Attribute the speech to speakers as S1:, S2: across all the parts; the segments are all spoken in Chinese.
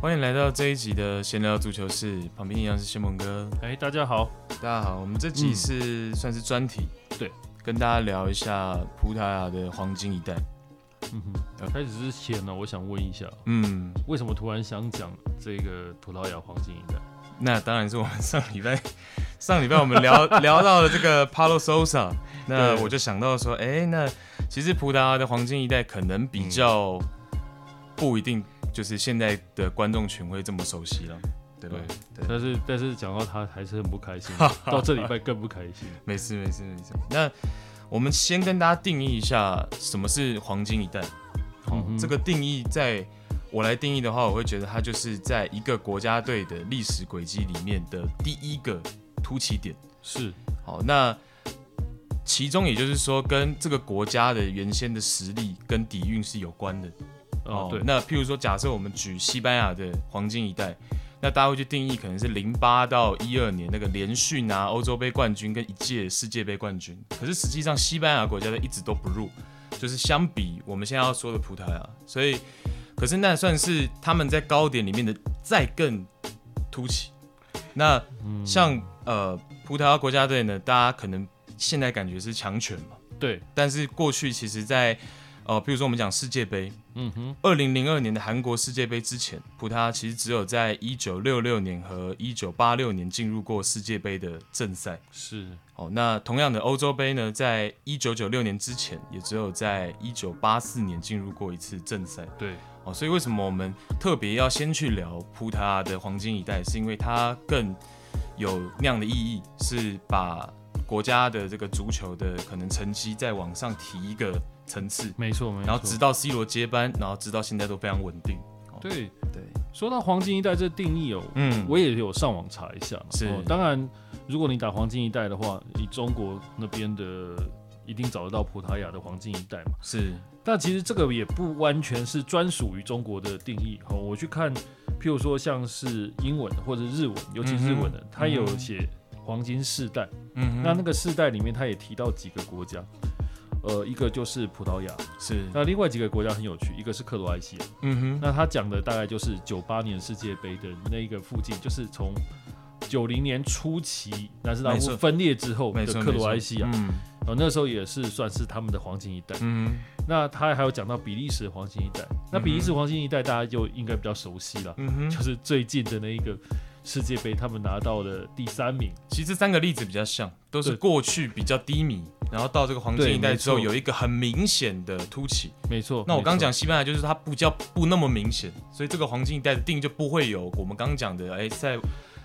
S1: 欢迎来到这一集的闲聊足球室，旁边一样是仙蒙哥。
S2: 哎、大家好，
S1: 大家好，我们这集是、算是专题，
S2: 对，
S1: 跟大家聊一下葡萄牙的黄金一代。
S2: 嗯哼，开始之前呢，我想问一下，
S1: 嗯，
S2: 为什么突然想讲这个葡萄牙黄金一代？
S1: 那当然是我们上礼拜 上礼拜我们聊 聊到了这个 Paulo Sosa，那
S2: 对
S1: 我就想到说，哎、那其实葡萄牙的黄金一代可能比较不一定，就是现在的观众群会这么熟悉
S2: 啊
S1: 了，对吧？对
S2: 但是但是讲到他还是很不开心，到这礼拜更不开心。
S1: 没事没事没事。那我们先跟大家定义一下什么是黄金一代。好、
S2: 嗯哼
S1: 这个定义在我来定义的话，我会觉得它就是在一个国家队的历史轨迹里面的第一个突起点。
S2: 是，
S1: 好，那其中也就是说，跟这个国家的原先的实力跟底蕴是有关的。
S2: 哦，对，
S1: 那譬如说，假设我们举西班牙的黄金一代，那大家会去定义可能是零八到一二年那个连续拿欧洲杯冠军跟一届世界杯冠军，可是实际上西班牙国家队一直都不入，就是相比我们现在要说的葡萄牙，所以可是那算是他们在高点里面的再更突起。那
S2: 嗯
S1: 像呃葡萄牙国家队呢，大家可能现在感觉是强权嘛，
S2: 对，
S1: 但是过去其实在呃，譬如说我们讲世界杯，
S2: 嗯哼，
S1: 二零零二年的韩国世界杯之前，葡萄牙其实只有在一九六六年和一九八六年进入过世界杯的正赛。
S2: 是，
S1: 哦，那同样的欧洲杯呢，在一九九六年之前，也只有在一九八四年进入过一次正赛。
S2: 对，
S1: 哦，所以为什么我们特别要先去聊葡萄牙的黄金一代，是因为它更有那样的意义，是把国家的这个足球的可能成绩再往上提一个层次。
S2: 没错，没错。
S1: 然后直到 C 罗接班，然后直到现在都非常稳定。
S2: 对，
S1: 对，
S2: 说到黄金一代这定义哦，
S1: 嗯，
S2: 我也有上网查一下。
S1: 是
S2: 哦当然，如果你打黄金一代的话，以中国那边的一定找得到葡萄牙的黄金一代嘛。
S1: 是
S2: 但其实这个也不完全是专属于中国的定义哦。我去看，譬如说像是英文或者日文，尤其日文的，它有写黄金世代。
S1: 嗯嗯哼
S2: 那那个世代里面，它也提到几个国家，呃，一个就是葡萄牙，
S1: 是，
S2: 那另外几个国家很有趣，一个是克罗埃西亚。
S1: 嗯哼，
S2: 那他讲的大概就是九八年世界杯的那个附近，就是从九零年初期南斯拉
S1: 没
S2: 夫
S1: 错
S2: 分裂之后
S1: 没
S2: 的
S1: 错，
S2: 克罗
S1: 没错
S2: 埃西亚，
S1: 嗯
S2: 哦，那时候也是算是他们的黄金一代。
S1: 嗯
S2: 那他还有讲到比利时的黄金一代，那比利时黄金一代大家就应该比较熟悉了，
S1: 嗯
S2: 就
S1: 哼，
S2: 是最近的那一个世界杯，他们拿到了第三名。
S1: 其实这三个例子比较像，都是
S2: 对
S1: 过去比较低迷，然后到这个黄金
S2: 对
S1: 一代之后
S2: 没错
S1: 有一个很明显的突起。
S2: 没错，
S1: 那我刚
S2: 没错
S1: 讲西班牙就是它不叫不那么明显，所以这个黄金一代的定义就不会有我们刚讲的，哎，在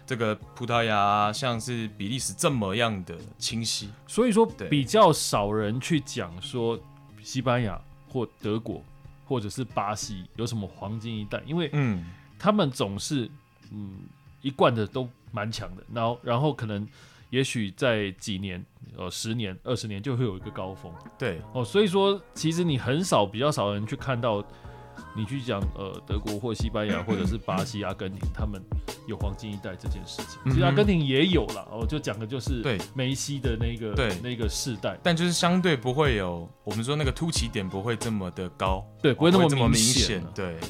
S1: 这个葡萄牙啊像是比利时这么样的清晰。
S2: 所以说
S1: 对
S2: 比较少人去讲说西班牙或德国或者是巴西有什么黄金一代，因为
S1: 嗯，
S2: 他们总是嗯一贯的都蛮强的，然后然后可能也许在几年呃十年二十年就会有一个高峰
S1: 对，
S2: 哦，所以说其实你很少比较少人去看到。你去讲呃德国或西班 牙或者是巴西、阿根廷，他们有黄金一代这件事情，其
S1: 嗯
S2: 实
S1: 哼
S2: 阿根廷也有啦。哦，就讲的就是
S1: 对
S2: 梅西的那个
S1: 对
S2: 那个世代，
S1: 但就是相对不会有我们说那个突起点不会这么的高，
S2: 对，不会那么
S1: 这么
S2: 明
S1: 显
S2: 显啊。
S1: 对，对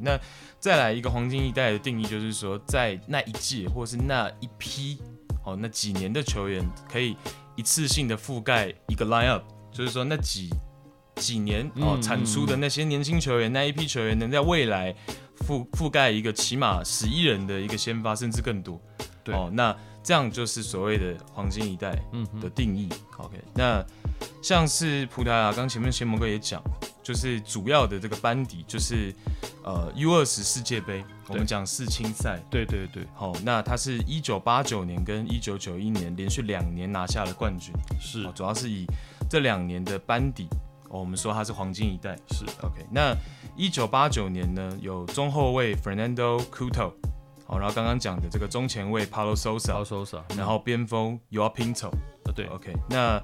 S1: 那再来一个黄金一代的定义，就是说在那一届或是那一批哦那几年的球员，可以一次性的覆盖一个 line up，就是说那几几年哦
S2: 嗯
S1: 产出的那些年轻球员，那一批球员能在未来覆覆盖一个起码十一人的一个先发，甚至更多。
S2: 对
S1: 哦，那这样就是所谓的黄金一代。
S2: 嗯
S1: 的
S2: 哼，
S1: 定义。OK，那像是葡萄牙，刚前面邪魔哥也讲，就是主要的这个班底就是呃 U 二十世界杯，我们讲世青赛。
S2: 对对对，
S1: 好、那它是一九八九年跟一九九一年连续两年拿下了冠军，
S2: 是
S1: 哦主要是以这两年的班底，哦，我们说它是黄金一代。
S2: 是，
S1: OK，那一九八九年呢，有中后卫 Fernando Couto，好、然后刚刚讲的这个中前卫 Paulo Sosa，、
S2: 高手啥？
S1: 然后边锋 Joao Pinto，
S2: 啊呃对，
S1: OK，那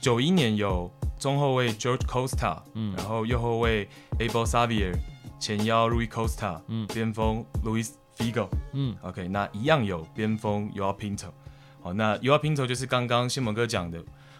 S1: 九一年有中后卫 George Costa，
S2: 嗯
S1: 然后右后卫 Abel Xavier，前腰 Rui Costa，
S2: 嗯
S1: 边锋 Luis Figo。
S2: 嗯
S1: OK，那一样有边锋 Joao Pinto。好，那 Joao Pinto 就是刚刚新蒙哥讲的，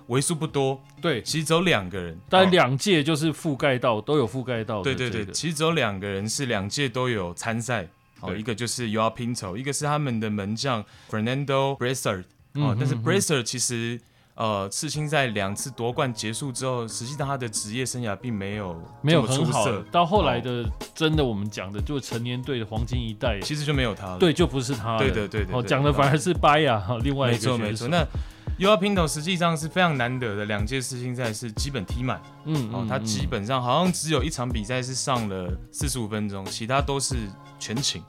S1: 为数不多，
S2: 对，
S1: 其实只有两个人，
S2: 但
S1: 哦
S2: 两届就是覆盖到都有覆盖到的
S1: 对
S2: 这
S1: 对对，
S2: 个
S1: 其实只有两个人是两届都有参赛，好，
S2: 对
S1: 一个就是 u a Pinto，一个是他们的门将 Fernando Bracer。哦
S2: 嗯，
S1: 但是
S2: 嗯嗯
S1: Bracer 其实呃，刺青在两次夺冠结束之后，实际上他的职业生涯并没有
S2: 没有
S1: 这么
S2: 很
S1: 出
S2: 好
S1: 色，，
S2: 到后来的真的我们讲的就是成年队的黄金一代，
S1: 其实就没有他了。
S2: 对，就不是他了。
S1: 对对对对
S2: 哦，
S1: 对
S2: 讲的反而是巴雅哈，另外一
S1: 没
S2: 个选手。
S1: 错没错。那 u a Pinto 实际上是非常难得的，两届世青赛是基本踢满。
S2: 嗯，
S1: 哦
S2: 嗯，
S1: 他基
S2: 嗯
S1: 本上好像只有一场比赛是上了四十五分钟，其他都是全勤。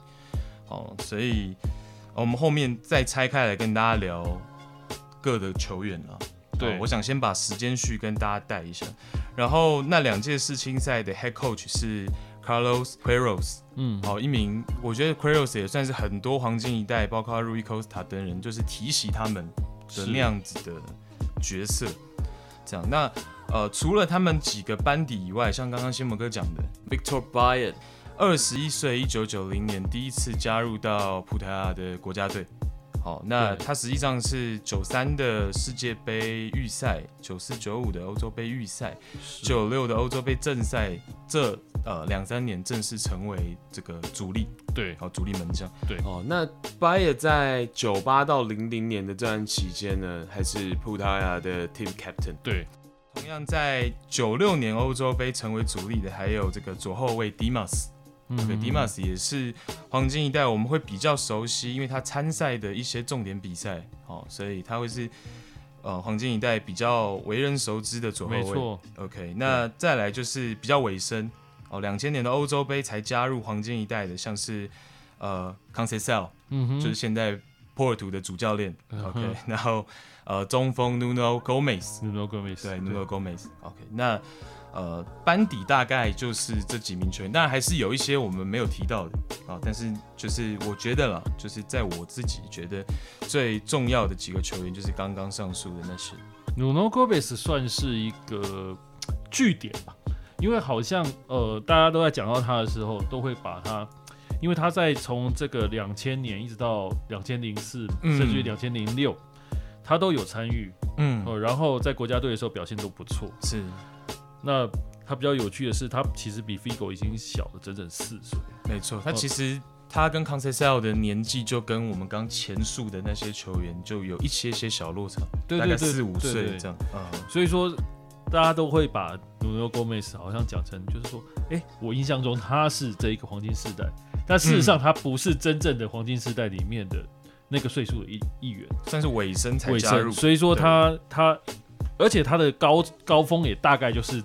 S1: 哦，所以我们后面再拆开来跟大家聊各的球员了。
S2: 对
S1: 哦我想先把时间序跟大家带一下。然后那两届世青赛的 head coach 是 Carlos Queiroz，
S2: 嗯
S1: 好、一名我觉得 Queiroz 也算是很多黄金一代，包括 Rui Costa 等人，就是提携他们的
S2: 是
S1: 那样子的角色。这样，那呃，除了他们几个班底以外，像刚刚新蒙哥讲的，Victor Bayet，二十一岁，一九九零年第一次加入到葡萄牙的国家队。好，那
S2: 对
S1: 他实际上是九三的世界杯预赛，九四九五的欧洲杯预赛，
S2: 是
S1: 九六的欧洲杯正赛，这呃两三年正式成为这个主力，
S2: 对
S1: 好主力门将。
S3: 哦，那巴耶在九八到零零年的这段期间呢，还是葡萄牙的 team captain。
S2: 对
S1: 同样在九六年欧洲杯成为主力的，还有这个左后卫 Dimas。
S2: 嗯
S1: 对，Dimas 也是黄金一代，我们会比较熟悉，因为他参赛的一些重点比赛，哦，所以他会是呃黄金一代比较为人熟知的左后
S2: 嗯没
S1: 卫。
S2: 错，
S1: OK，那再来就是比较尾声哦，两千年的欧洲杯才加入黄金一代的，像是呃 c o n c e c e l
S2: 嗯哼，
S1: 就是现在波尔图的主教练。
S2: 嗯
S1: OK，
S2: 哼
S1: 然后呃中锋 Nuno Gomez。
S2: 努诺戈梅斯，
S1: 对，Nuno Gomez。OK，那呃，班底大概就是这几名球员，当然还是有一些我们没有提到的啊。但是就是我觉得啦，就是在我自己觉得最重要的几个球员，就是刚刚上述的那些。
S2: 努诺戈贝斯算是一个据点吧，因为好像呃大家都在讲到他的时候，都会把他，因为他在从这个两千年一直到两千零四，
S1: 嗯
S2: 甚至于两千零六，他都有参与，
S1: 嗯，
S2: 呃，然后在国家队的时候表现都不错。
S1: 是
S2: 那他比较有趣的是，他其实比 Figo 已经小了整整四岁，
S1: 没错。他
S2: 哦
S1: 其实。他跟 c o n c e c e l 的年纪就跟我们刚前述的那些球员就有一些些小落差，
S2: 对
S1: 大概
S2: 对对，
S1: 四五
S2: 对
S1: 岁
S2: 对
S1: 这样。嗯，
S2: 所以说，大家都会把 Nuno Gomez 好像讲成就是说，哎、我印象中他是这一个黄金世代，但事实
S1: 嗯
S2: 上他不是真正的黄金世代里面的那个岁数的一一员，
S1: 算是尾声才
S2: 尾
S1: 加
S2: 声。
S1: 入。
S2: 所以说他他，而且他的高高峰也大概就是。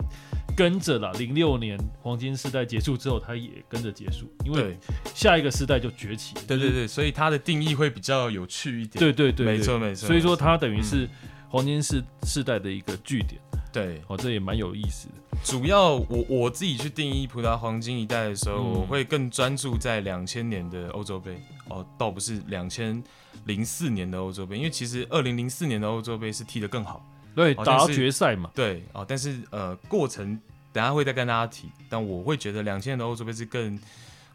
S2: 跟着了，零六年黄金世代结束之后，他也跟着结束，因为
S1: 对
S2: 下一个世代就崛起。
S1: 对对对，所以他的定义会比较有趣一点。
S2: 对对对，
S1: 没
S2: 对
S1: 错没错。
S2: 所以说
S1: 没错
S2: 他等于是
S1: 嗯
S2: 黄金世世代的一个据点，
S1: 对，
S2: 哦，这也蛮有意思的。
S1: 主要我我自己去定义葡萄黄金一代的时候，
S2: 嗯
S1: 我会更专注在两千年的欧洲杯哦，倒不是两千零四年的欧洲杯，因为其实二零零四年的欧洲杯是踢得更好，
S2: 对，
S1: 好像
S2: 打到
S1: 是
S2: 决赛嘛，
S1: 对哦，但是呃过程等下会再跟大家提，但我会觉得两千年的欧洲杯是更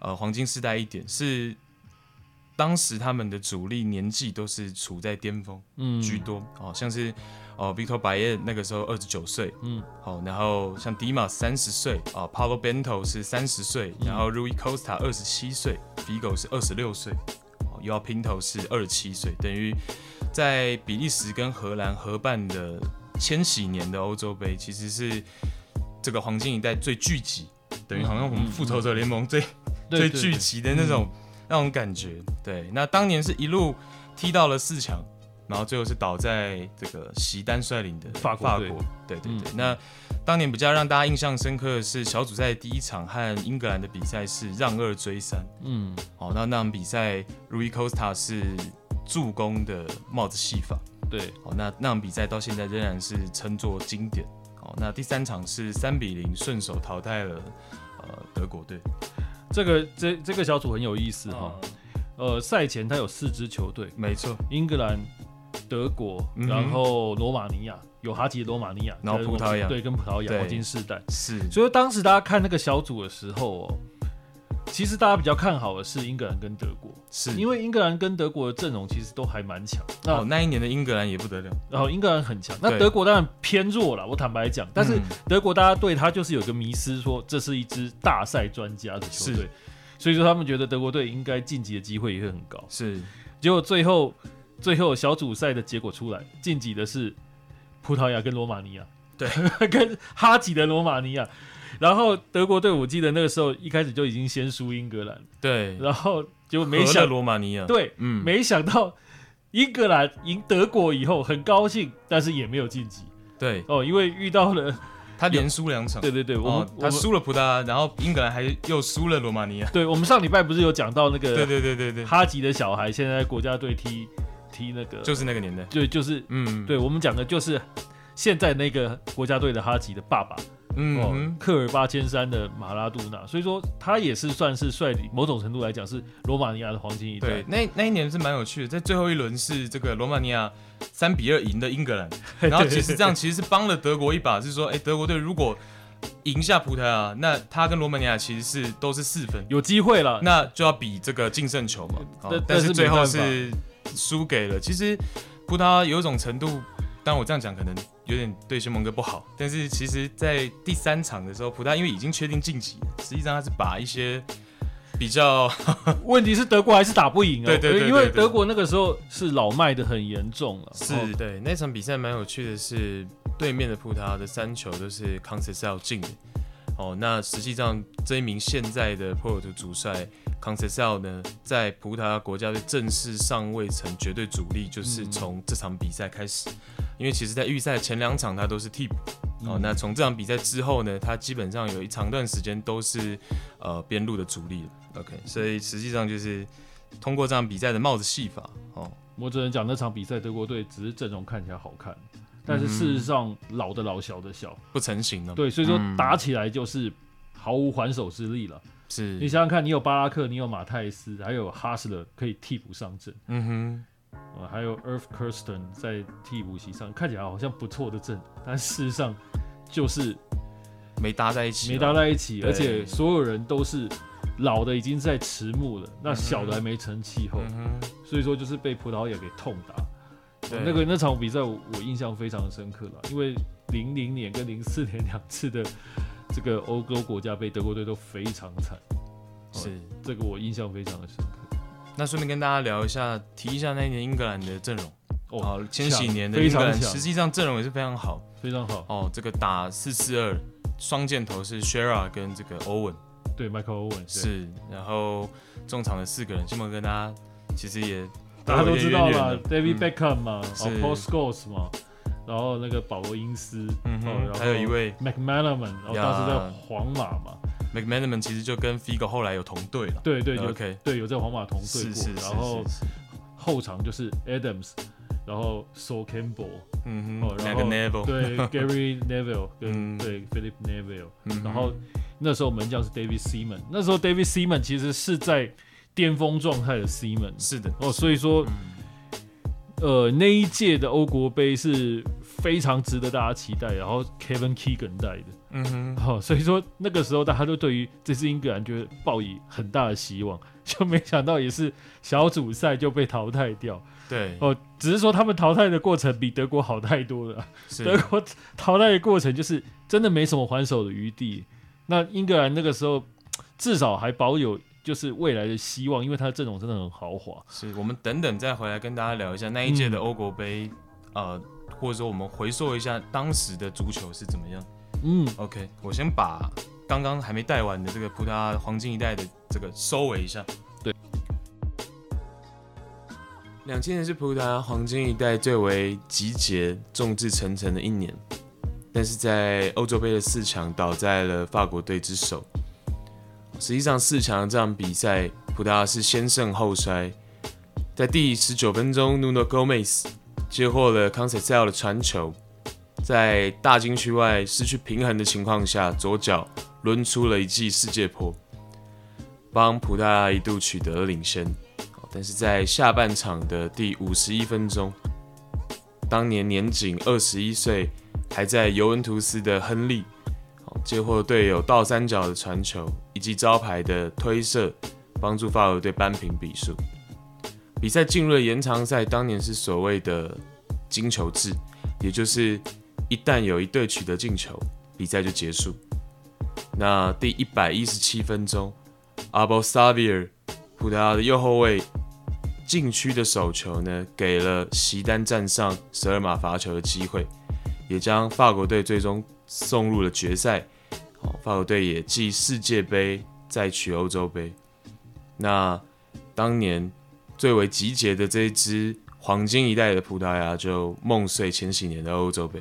S1: 呃黄金时代一点，是当时他们的主力年纪都是处在巅峰
S2: 嗯，
S1: 居多、哦，像是哦 Victor 白夜那个时候二十九岁，
S2: 嗯，
S1: 好，然后像 Dimas 三十岁啊，Paulo Bento 是三十岁，
S2: 嗯
S1: 然后 Rui Costa 二十七岁，Figo 是二十六岁，哦 u a Pinto 是二十七岁，等于在比利时跟荷兰合办的千禧年的欧洲杯，其实是这个黄金一代最聚集，等于好像我们
S2: 嗯
S1: 复仇者联盟最最
S2: 对对嗯
S1: 聚
S2: 对
S1: 集的那种那种感觉。对，那当年是一路踢到了四强，然后最后是倒在这个席丹率领的
S2: 法国
S1: 法
S2: 队
S1: 国。对对对，
S2: 嗯
S1: 那当年比较让大家印象深刻的是小组赛第一场和英格兰的比赛是让二追三。
S2: 嗯，
S1: 哦，那那场比赛 Rui Costa 是助攻的帽子戏法。
S2: 对，
S1: 哦，那那场比赛到现在仍然是称作经典。哦，那第三场是三比零顺手淘汰了呃德国队。
S2: 这个这这个小组很有意思哈。
S1: 嗯
S2: 呃，赛前他有四支球队，
S1: 没错，
S2: 英格兰、德国，
S1: 嗯哼
S2: 然后罗马尼亚，有哈吉罗马尼亚，
S1: 然后
S2: 跟
S1: 葡萄牙
S2: 对，跟葡萄牙
S1: 对
S2: 黄金世代。
S1: 是
S2: 所以当时大家看那个小组的时候哦，其实大家比较看好的是英格兰跟德国，
S1: 是，
S2: 因为英格兰跟德国的阵容其实都还蛮强。那哦
S1: 哦，那一年的英格兰也不得了，
S2: 然后英格兰很强，那
S1: 对
S2: 德国当然偏弱了。我坦白讲，但是
S1: 嗯
S2: 德国大家对他就是有一个迷失，说这是一支大赛专家的球队。所以说他们觉得德国队应该晋级的机会也会很高。
S1: 是
S2: 结果最后最后小组赛的结果出来，晋级的是葡萄牙跟罗马尼亚，
S1: 对，
S2: 跟哈吉的罗马尼亚。然后德国队，我记得那个时候一开始就已经先输英格兰，
S1: 对，
S2: 然后结果没
S1: 和了
S2: 想
S1: 罗马尼亚，，
S2: 对，
S1: 嗯，
S2: 没想到英格兰赢德国以后很高兴，但是也没有晋级
S1: 对
S2: 哦，因为遇 到了
S1: 他连输两场，
S2: 对对对，我们、
S1: 哦，
S2: 我
S1: 他
S2: 们
S1: 输了葡萄牙，然后英格兰还又输了罗马尼亚，
S2: 对我们上礼拜不是有讲到那
S1: 对
S2: 个
S1: 对对对对，
S2: 哈吉的小孩现在国家队踢踢那个，
S1: 就是那个年代，
S2: 对就是
S1: 嗯，
S2: 对我们讲的就是现在那个国家队的哈吉的爸爸、
S1: 嗯
S2: 哦
S1: 哼，，
S2: 克尔巴千山的马拉杜纳，所以说他也是算是率领某种程度来讲是罗马尼亚的黄金一代
S1: 对，，那那一年是蛮有趣的，在最后一轮是这个罗马尼亚三比二赢的英格 兰，然后其实这样其实是帮了德国一把，是说，哎，德国队如果赢下葡萄牙，那他跟罗马尼亚其实是都是四分，
S2: 有机会了，
S1: 那就要比这个净胜球嘛。好
S2: 但
S1: 但
S2: 但是
S1: 是最
S2: 没
S1: 后
S2: 办法
S1: 是输给了。其实葡萄牙有一种程度，当然我这样讲可能有点对西蒙哥不好，但是其实在第三场的时候，葡萄牙因为已经确定晋级，实际上他是把一些比较
S2: 问题是德国还是打不赢啊？
S1: 对对对对
S2: 因为
S1: 对
S2: 德国那个时候是老迈的很严重了。
S1: 是、
S2: 哦
S1: 对那场比赛蛮有趣的是，对面的葡萄牙的三球都是康塞斯奥进的。哦，那实际上这一名现在的波尔图主帅康塞斯奥呢，在葡萄牙国家队正式上位成绝对主力，就是
S2: 嗯
S1: 从这场比赛开始。因为其实，在预赛前两场他都是替补。
S2: 嗯
S1: 哦，那从这场比赛之后呢，他基本上有一长段时间都是呃边路的主力了。OK，所
S2: 嗯
S1: 以实际上就是通过这场比赛的帽子戏法哦，
S2: 我只能讲那场比赛德国队只是阵容看起来好看，但
S1: 嗯
S2: 是事实上老的老，小的小，
S1: 不成形了。
S2: 对，所以说
S1: 嗯
S2: 打起来就是毫无还手之力了。
S1: 是
S2: 你想想看，你有巴拉克，你有马泰斯，还有哈斯勒可以替补上阵，
S1: 嗯
S2: 呃，还有 Earth Kirsten 在替补席上，看起来好像不错的阵，但事实上就是
S1: 哼，没搭在一起，啊
S2: 没搭，在一起，
S1: 对
S2: 而且所有人都是老的已经在迟暮了，那
S1: 嗯哼
S2: 小的还没成气候，
S1: 嗯哼，
S2: 所以说就是被葡萄牙给痛打。
S1: 对，
S2: 那个那场比赛我我印象非常深刻了，因为零零年跟零四年两次的这个欧洲国家杯，德国队都非常惨，
S1: 是。
S2: 这个我印象非常的深刻。
S1: 那顺便跟大家聊一下，提一下那一年英格兰的阵容。
S2: 哦
S1: 好，千禧年的
S2: 非
S1: 英
S2: 常
S1: 格兰
S2: 强
S1: 实际上阵容也是非常好
S2: 非常好，
S1: 哦。这个打四四二双箭头是 Shera 跟这个 Owen
S2: 对 Michael Owen
S1: 是，然后中场的四个人，先莫跟大家其实也
S2: 大家都知道哦
S1: 了
S2: 嘛，David Beckham 嘛，
S1: 嗯是
S2: 哦 Paul Scholes 嘛，然后那个保罗因斯，
S1: 嗯
S2: 哦然
S1: 哼，
S2: 后
S1: 还有一位
S2: McManaman，然后
S1: 呀
S2: 当时在皇马嘛，
S1: McManaman 其实就跟 Figo 后来有同队了。
S2: 对对有
S1: OK，
S2: 对有在皇马同队
S1: 是是
S2: 过
S1: 是，，
S2: 然后
S1: 是是
S2: 后场就是 Adams，然后 Sol Campbell。
S1: 嗯
S2: 哦
S1: 哼，
S2: 然
S1: 两
S2: 后
S1: 个 Neville，
S2: 对 Gary Neville 跟、
S1: 嗯
S2: 对 Philip Neville，、
S1: 嗯哼
S2: 然后那时候门将是 David Seaman，那时候 David Seaman 其实是在巅峰状态的 Seaman
S1: 是的，
S2: 哦，所以说、
S1: 嗯
S2: 呃那一届的欧国杯是非常值得大家期待，然后 Kevin Keegan 带的，
S1: 嗯哼，
S2: 哦，所以说那个时候大家都对于这支英格兰觉得抱以很大的希望，就没想到也是小组赛就被淘汰掉
S1: 对，
S2: 哦，只是说他们淘汰的过程比德国好太多了。
S1: 是
S2: 德国淘汰的过程就是真的没什么还手的余地。那英格兰那个时候至少还保有就是未来的希望，因为他的阵容真的很豪华。
S1: 是我们等等再回来跟大家聊一下那一届的欧国杯，呃，或者说我们回溯一下当时的足球是怎么样。
S2: 嗯，
S1: OK，我先把刚刚还没带完的这个葡萄牙黄金一代的这个收尾一下。
S3: 两千年是葡萄牙黄金一代最为集结、众志成城的一年，但是在欧洲杯的四强倒在了法国队之手。实际上，四强这场比赛，葡萄牙是先胜后衰。在第十九分钟，Nuno Gomez 接获了康塞塞奥的传球，在大禁区外失去平衡的情况下，左脚抡出了一记世界波，帮葡萄牙一度取得了领先。哦但是在下半场的第五十一分钟，当年年仅二十一岁，还在尤文图斯的亨利，哦接获队友倒三角的传球以及招牌的推射，帮助法国队扳平比数。比赛进入了延长赛，当年是所谓的金球制，也就是一旦有一队取得进球，比赛就结束。那第一百一十七分钟，阿波萨维尔，葡萄牙的右后卫禁区的手球呢，给了席丹站上十二码罚球的机会，也将法国队最终送入了决赛。好，法国队也继世界杯再取欧洲杯。那当年最为集结的这一支黄金一代的葡萄牙，就梦碎前几年的欧洲杯。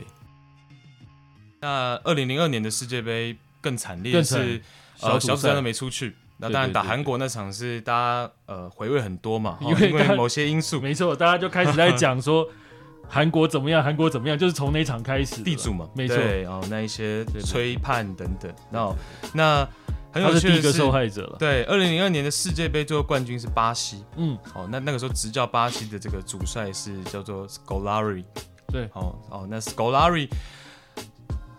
S1: 那二零零二年的世界杯更惨烈
S2: 更惨
S1: 是，呃，小
S2: 小组
S1: 组
S2: 赛
S1: 赛都没出去。那当然
S2: 对对
S1: 打
S2: 对
S1: 韩国那场是大家呃回味很多嘛，哦
S2: 因为
S1: 因
S2: 大家
S1: 为某些因素，
S2: 没错，大家就开始在讲说韩国怎么样，韩国怎么样，就是从那场开始的
S1: 地主嘛，
S2: 没错
S1: 对哦，那一些
S2: 对
S1: 吹判等等，那哦那很
S2: 哦他
S1: 有
S2: 是
S1: 趣的
S2: 第一个受害者了。
S1: 对，二零零二年的世界杯最后冠军是巴西，
S2: 嗯，
S1: 哦，那那个时候执教巴西的这个主帅是叫做 Scolari，
S2: 对
S1: 哦哦，那 Scolari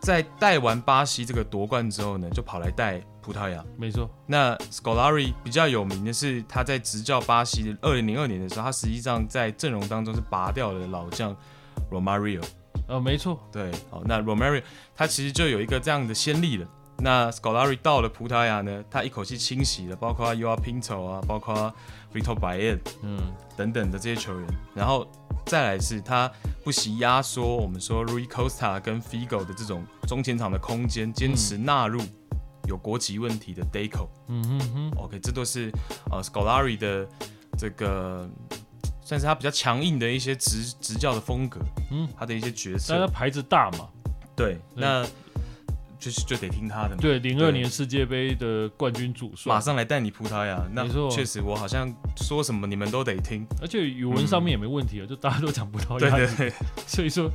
S1: 在带完巴西这个夺冠之后呢，就跑来带葡萄牙。
S2: 没错，
S1: 那 Scolari 比较有名的是，他在执教巴西二零零二年的时候，他实际上在阵容当中是拔掉了老将 Romario。
S2: 呃，没错，
S1: 对，好，那 Romario 他其实就有一个这样的先例了。那 Scolari 到了葡萄牙呢，他一口气清洗了包括 u r Pinto 啊，包括 Rito b a e n
S2: 嗯，
S1: 等等的这些球员，然后再来是他不惜压缩我们说 Rui Costa 跟 Figo 的这种中前场的空间，坚持纳入有国籍问题的 Deco。
S2: 嗯哼哼，
S1: OK，这都是呃 Scolari 的这个算是他比较强硬的一些执执教的风格，嗯，
S2: 嗯
S1: 他的一些决
S2: 但他
S1: 策。
S2: 牌子大嘛，
S1: 对，那就是就得听他的嘛。
S2: 对，零二
S1: 对
S2: 年世界杯的冠军主帅，
S1: 马上来带你葡萄牙，那
S2: 没错
S1: 确实，我好像说什么你们都得听。
S2: 而且语文上面也没问题了，就大家都讲不到
S1: 对
S2: 牙
S1: 对
S2: 语，
S1: 对
S2: 所以说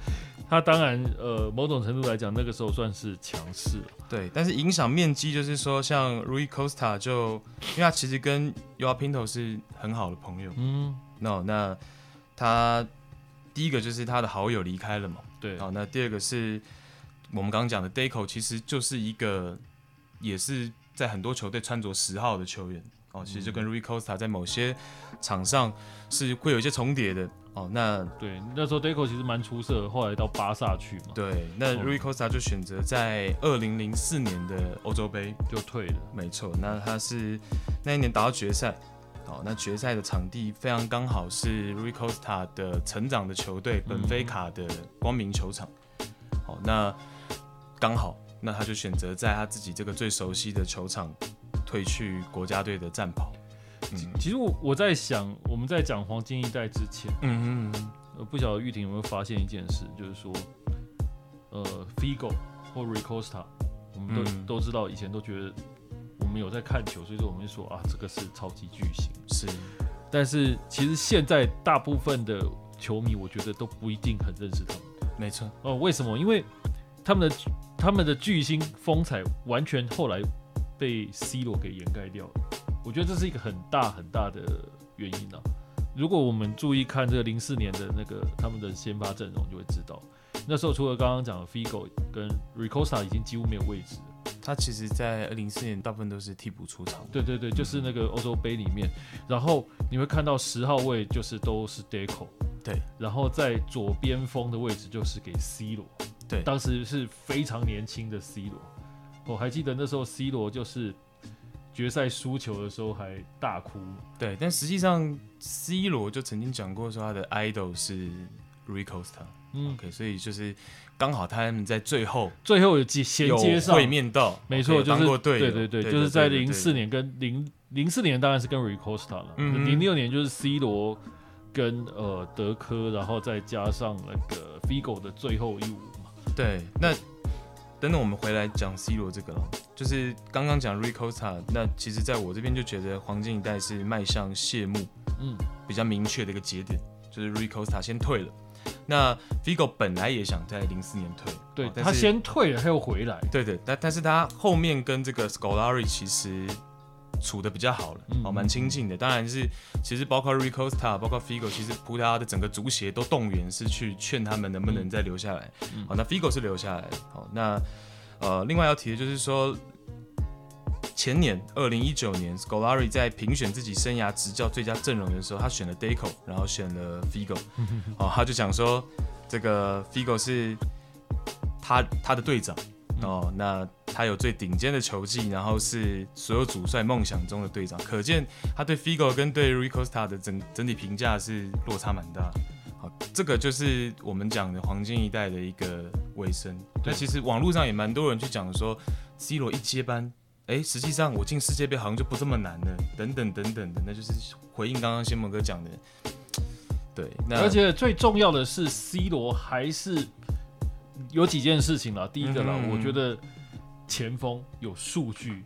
S2: 他当然呃某种程度来讲，那个时候算是强势了。
S1: 对，但是影响面积就是说，像 Rui Costa 就，因为他其实跟 u a Pinto 是很好的朋友，
S2: 嗯，
S1: 那、那他第一个就是他的好友离开了嘛，
S2: 对，
S1: 好，那第二个是我们刚刚讲的 Deco，其实就是一个也是在很多球队穿着十号的球员哦，其实就跟 Rui Costa 在某些场上是会有一些重叠的哦，那
S2: 对，那时候 Deco 其实蛮出色的，后来到巴萨去嘛，
S1: 对，那
S2: 哦
S1: Rui Costa 就选择在二零零四年的欧洲杯
S2: 就退了。
S1: 没错，那他是那一年打到决赛，好，那决赛的场地非常刚好是 Rui Costa 的成长的球队本菲卡的光明球场，好，那刚好，那他就选择在他自己这个最熟悉的球场退去国家队的战袍，嗯
S2: 其实我我在想，我们在讲黄金一代之前，
S1: 嗯嗯
S2: 呃，不晓得玉婷有没有发现一件事，就是说，呃，Figo 或 Ricosta，我们都、
S1: 嗯
S2: 都知道，以前都觉得我们有在看球，所以说我们就说啊，这个是超级巨星。
S1: 是，
S2: 但是其实现在大部分的球迷，我觉得都不一定很认识他们。
S1: 没错，
S2: 哦，为什么？因为他们的他们的巨星风采完全后来被 C 罗给掩盖掉了。我觉得这是一个很大很大的原因啊。如果我们注意看这个零四年的那个他们的先发阵容，就会知道那时候除了刚刚讲的 Figo 跟 Ricosta 已经几乎没有位置了。
S1: 他其实在零四年大部分都是替补出场，
S2: 对对对，就是那个欧洲杯里面，然后你会看到十号位就是都是 Deco，
S1: 对，
S2: 然后在左边锋的位置就是给 C 罗，
S1: 对
S2: 当时是非常年轻的 C 罗，我还记得那时候 C 罗就是决赛输球的时候还大哭，
S1: 对，但实际上 C 罗就曾经讲过说他的 idol 是 Rui Costa。
S2: 嗯，
S1: OK，所以就是刚好他们在最后
S2: 最后有接衔
S1: 有
S2: 接上，
S1: 会面到，
S2: 没错，
S1: 有
S2: 就
S1: 当
S2: 是
S1: 过队友，
S2: 对对对，就是在零四，年跟零零四年当然是跟 Ricosta 了，
S1: 嗯哼
S2: 零六年就是 C 罗跟呃德科，然后再加上那个 Figo 的最后一舞嘛。
S1: 对对对，那等等我们回来讲 C 罗这个了，就是刚刚讲 Ricosta，那其实在我这边就觉得黄金一代是迈向谢幕
S2: 嗯，
S1: 比较明确的一个节点，就是 Ricosta 先退了，那 Figo 本来也想在零四年退，
S2: 对
S1: 哦但
S2: 他
S1: 是
S2: 先退了，他又回来，
S1: 对对，但但是他后面跟这个 Scolari 其实处的比较好了，
S2: 嗯
S1: 哦，蛮亲近的。当然是，其实包括 Ricosta，包括 Figo，其实葡萄牙的整个足协都动员是去劝他们能不能再留下来。哦
S2: 嗯
S1: 好，那 Figo 是留下来了。好，那呃，另外要提的就是说，前年二零一九年，Scolari 在评选自己生涯执教最佳阵容的时候，他选了 Deco，然后选了 Figo，哦，他就讲说这个 Figo 是他他的队长。哦，那他有最顶尖的球技，然后是所有主帅梦想中的队长，可见他对 Figo 跟对 Rui Costa 的整整体评价是落差蛮大。好，这个就是我们讲的黄金一代的一个尾声。那其实网络上也蛮多人去讲说，C 罗一接班，哎，实际上我进世界杯好像就不这么难了，等等等等的，那就是回应刚刚仙盟哥讲的。对，那
S2: 而且最重要的是，C 罗还是有几件事情啦。第一个啦，
S1: 嗯哼
S2: 我觉得前锋有数据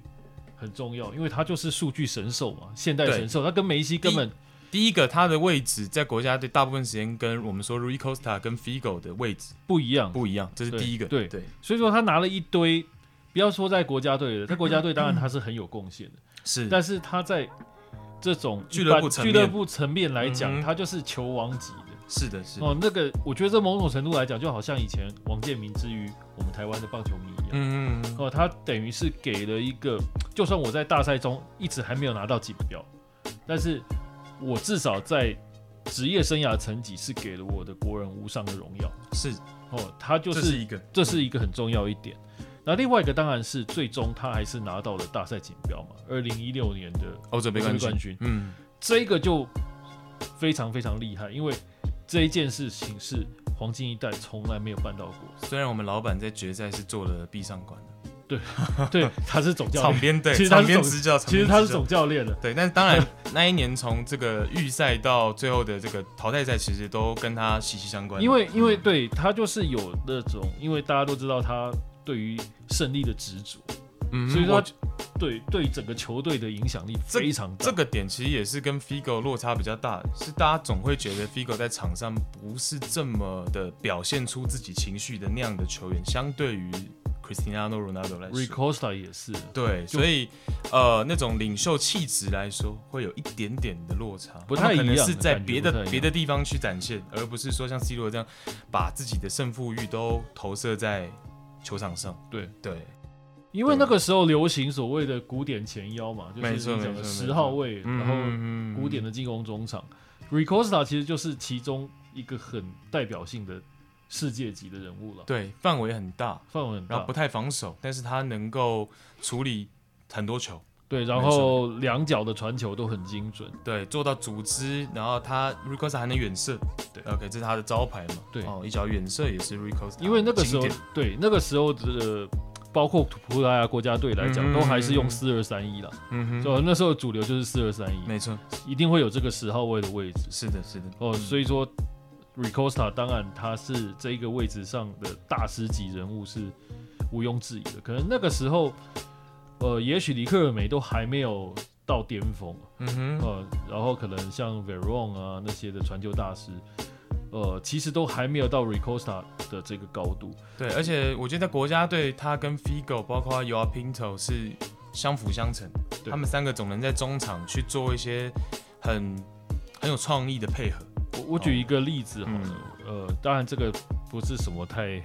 S2: 很重要，因为他就是数据神兽嘛，现代
S1: 对
S2: 神兽。他跟梅西根本
S1: 第一个，他的位置在国家队大部分时间跟我们说 Rui Costa 跟 Figo 的位置
S2: 不一样，
S1: 不一样，这是
S2: 对
S1: 第一个。
S2: 对
S1: 对
S2: 所以说他拿了一堆。不要说在国家队了，在国家队当然他是很有贡献的，
S1: 是，
S2: 但是他在这种
S1: 嗯俱乐部
S2: 一般
S1: 层
S2: 俱
S1: 面
S2: 乐部层面来讲，
S1: 嗯哼
S2: 他就是球王级的。
S1: 是的，是的。
S2: 哦，那个我觉得这某种程度来讲，就好像以前王建民之于我们台湾的棒球迷一样。
S1: 嗯嗯嗯，
S2: 哦，他等于是给了一个，就算我在大赛中一直还没有拿到锦标，但是我至少在职业生涯的成绩是给了我的国人无上的荣耀。
S1: 是，
S2: 哦，他就
S1: 这
S2: 是
S1: 是一个
S2: 这是一个很重要一点。那另外一个当然是最终他还是拿到了大赛锦标嘛，二零一六年的
S1: 欧洲杯
S2: 欧
S1: 哦
S2: 洲
S1: 冠军
S2: 杯冠。军，
S1: 嗯，
S2: 这个就非常非常厉害，因为这一件事情是黄金一代从来没有办到 过。
S1: 虽然我们老板在决赛是做了闭上关的，
S2: 对，他是总教
S1: 场
S2: 练，
S1: 边对，
S2: 其实他是
S1: 场边
S2: 总
S1: 执教，场
S2: 其实
S1: 边
S2: 他
S1: 执
S2: 是
S1: 教
S2: 总教练了。
S1: 对，但是当然那一年从这个预赛到最后的这个淘汰赛，其实都跟他息息相关。
S2: 因为因为
S1: 嗯
S2: 对他就是有那种，因为大家都知道他对于胜利的执着，
S1: 嗯，
S2: 所以说
S1: 我
S2: 他对对整个球队的影响力非常大。
S1: 这个点其实也是跟 Figo 落差比较大，是大家总会觉得 Figo 在场上不是这么的表现出自己情绪的那样的球员，相对于 Cristiano Ronaldo 来
S2: r e
S1: 说。
S2: Costa 也是，
S1: 对，
S2: 就
S1: 所以呃，那种领袖气质来说，会有一点点的落差，
S2: 不太一样
S1: 他们可能是在
S2: 感觉
S1: 别
S2: 不
S1: 的
S2: 太一样
S1: 别的地方去展现，而不是说像 C 罗这样把自己的胜负欲都投射在球场上。
S2: 对
S1: 对，
S2: 因为那个时候流行所谓的古典前腰嘛，就是
S1: 没
S2: 你
S1: 错
S2: 讲
S1: 没错
S2: 的十
S1: 没
S2: 号
S1: 错
S2: 位，然后
S1: 嗯
S2: 古典的进攻中场。r e Costa 其实就是其中一个很代表性的世界级的人物了，
S1: 对范围很大，
S2: 范围很
S1: 然后
S2: 大
S1: 不。太防守，但是他能够处理很多球，
S2: 对，然
S1: 没错
S2: 后两脚的传球都很精准。
S1: 对，做到组织，然后他 r i c o s t a 还能远射，
S2: 对
S1: ，OK，这是他的招牌嘛，
S2: 对
S1: 呃哦，一脚远射也是 r i c o s t a
S2: 因为那个时候
S1: 经典，
S2: 对那个时候的，呃包括葡萄牙国家队来讲，
S1: 嗯
S2: 都还是用四二三一了。
S1: 嗯哼，
S2: 就那时候主流就是四二三一，
S1: 没错，
S2: 一定会有这个十号位的位置。
S1: 是的，是的，
S2: 哦，
S1: 嗯
S2: 所以说 r i c o s t a 当然他是这一个位置上的大师级人物是毋庸置疑的。可能那个时候，呃，也许里克尔梅都还没有到巅峰，
S1: 嗯哼，
S2: 呃，然后可能像 Veron 啊那些的传球大师，呃，其实都还没有到 r i c o s t a 的这个高度。
S1: 对，而且我觉得在国家队，他跟 Figo 包括 y o a Pinto 是相辅相成，
S2: 对
S1: 他们三个总能在中场去做一些很很有创意的配合，
S2: 我我举一个例子好
S1: 哦
S2: 了，呃，当然这个不是什么太，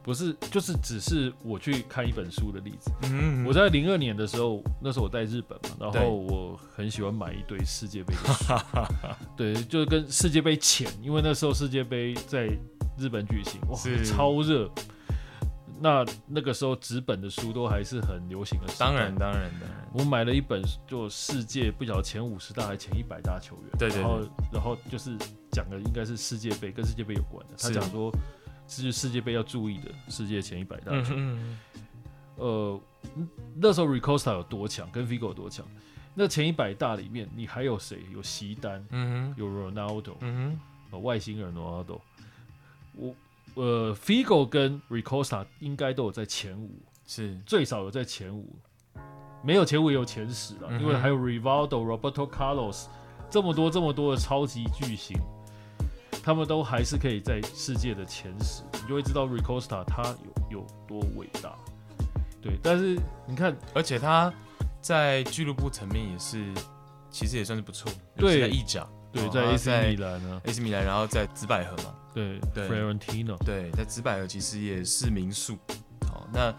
S2: 不是就是只是我去看一本书的例子。
S1: 嗯
S2: 我在零二年的时候，那时候我在日本嘛，然
S1: 对
S2: 后我很喜欢买一堆世界杯的书， 对，就是跟世界杯前，因为那时候世界杯在日本举行，哇
S1: 是，
S2: 超热。那那个时候纸本的书都还是很流行的时代，
S1: 当然，当然，当然，
S2: 我买了一本，就世界不晓得前五十大还前一百大球员，
S1: 对对对
S2: 然后然后就是讲的应该是世界杯，跟世界杯有关的。他
S1: 是
S2: 讲说，是世界杯要注意的世界前一百大
S1: 嗯
S2: 球员。
S1: 嗯
S2: 呃，那时候 Ricosta 有多强，跟 Figo 有多强？那前一百大里面，你还有谁？有席丹，
S1: 嗯哼，
S2: 有 Ronaldo，、
S1: 嗯
S2: 呃外星人 Ronaldo。我呃，Figo 跟 Ricosta 应该都有在前五。
S1: 哼，是，
S2: 最少有在前五，没有前五也有前十了，
S1: 嗯哼
S2: 因为还有 Rivaldo、Roberto Carlos 这么多这么多的超级巨星，他们都还是可以在世界的前十，你就会知道 Ricosta 他有有多伟大。对，但是你看，
S1: 而且他在俱乐部层面也是，其实也算是不错，
S2: 对
S1: 尤其在意甲，
S2: 对，
S1: 哦
S2: 在
S1: 他
S2: AC 米兰呢，
S1: AC 米兰，然后在紫百合嘛，
S2: 啊对
S1: 对哦
S2: Florentino，
S1: 对，在紫百合其实也是名宿。好，那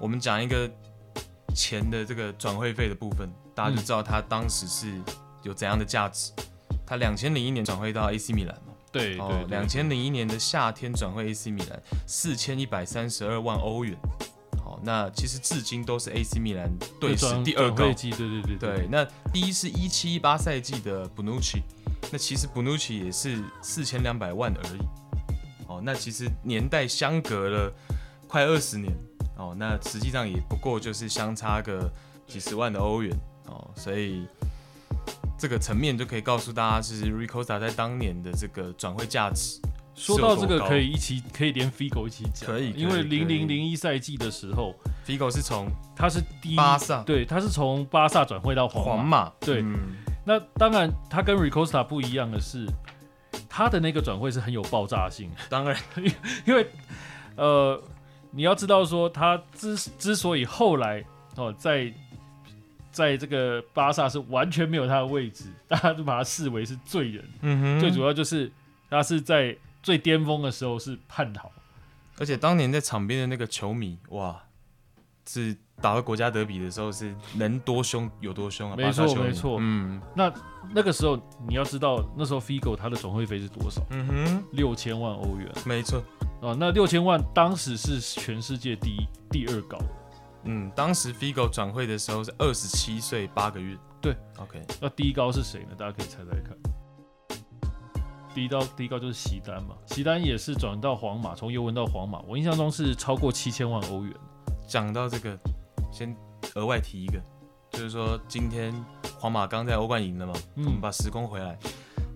S1: 我们讲一个钱的这个转会费的部分，大家
S2: 嗯
S1: 就知道他当时是有怎样的价值。他两千零一年转会到 AC 米兰嘛，
S2: 对
S1: 哦，两千零一年的夏天转会 AC 米兰，四千一百三十二万欧元，好，那其实至今都是 AC 米兰队史
S2: 转
S1: 第二
S2: 转
S1: 高
S2: 会。机，对对对
S1: 对，那第一是一七一八赛季的 Bonucci，那其实 Bonucci 也是四千两百万而已。哦，那其实年代相隔了快二十年。哦，那实际上也不过就是相差个几十万的欧元。哦，所以这个层面就可以告诉大家，就是 Ricosta 在当年的这个转会价值。
S2: 说到这个，可以一起，可以连 Figo 一起讲，啊
S1: 可以可以
S2: 因为
S1: 可以
S2: 零零零一赛季的时候，
S1: Figo 是从
S2: 他是第一，
S1: 巴萨
S2: 对，他是从巴萨转会到啊皇马。
S1: 皇马，
S2: 对
S1: 嗯
S2: 那当然，他跟 Ricosta 不一样的是，他的那个转会是很有爆炸性，
S1: 当然
S2: 因为呃，你要知道说，他之之所以后来哦，在在这个巴萨是完全没有他的位置， 大家就把他视为是罪人。
S1: 嗯哼
S2: 最主要就是他是在最巅峰的时候是叛逃。
S1: 而且当年在场边的那个球迷，哇，是打到国家德比的时候是能多凶有多凶啊！
S2: 没错
S1: 巴萨球迷
S2: 没错
S1: 嗯
S2: 那个时候你要知道，那时候 Figo 他的转会费是多少？
S1: 嗯哼，
S2: 六千万欧元
S1: 没错，
S2: 啊！那六千万当时是全世界第一、第二高。
S1: 嗯，当时 Figo 转会的时候是二十七岁八个月，
S2: 对
S1: ，OK，
S2: 那第一高是谁呢？大家可以猜猜看。第一高，第一高就是席丹嘛，席丹也是转到皇马，从尤文到皇马，我印象中是超过七千万欧元。
S1: 讲到这个，先额外提一个，就是说今天皇马刚在欧冠赢了嘛，
S2: 嗯
S1: 我们把时空回来，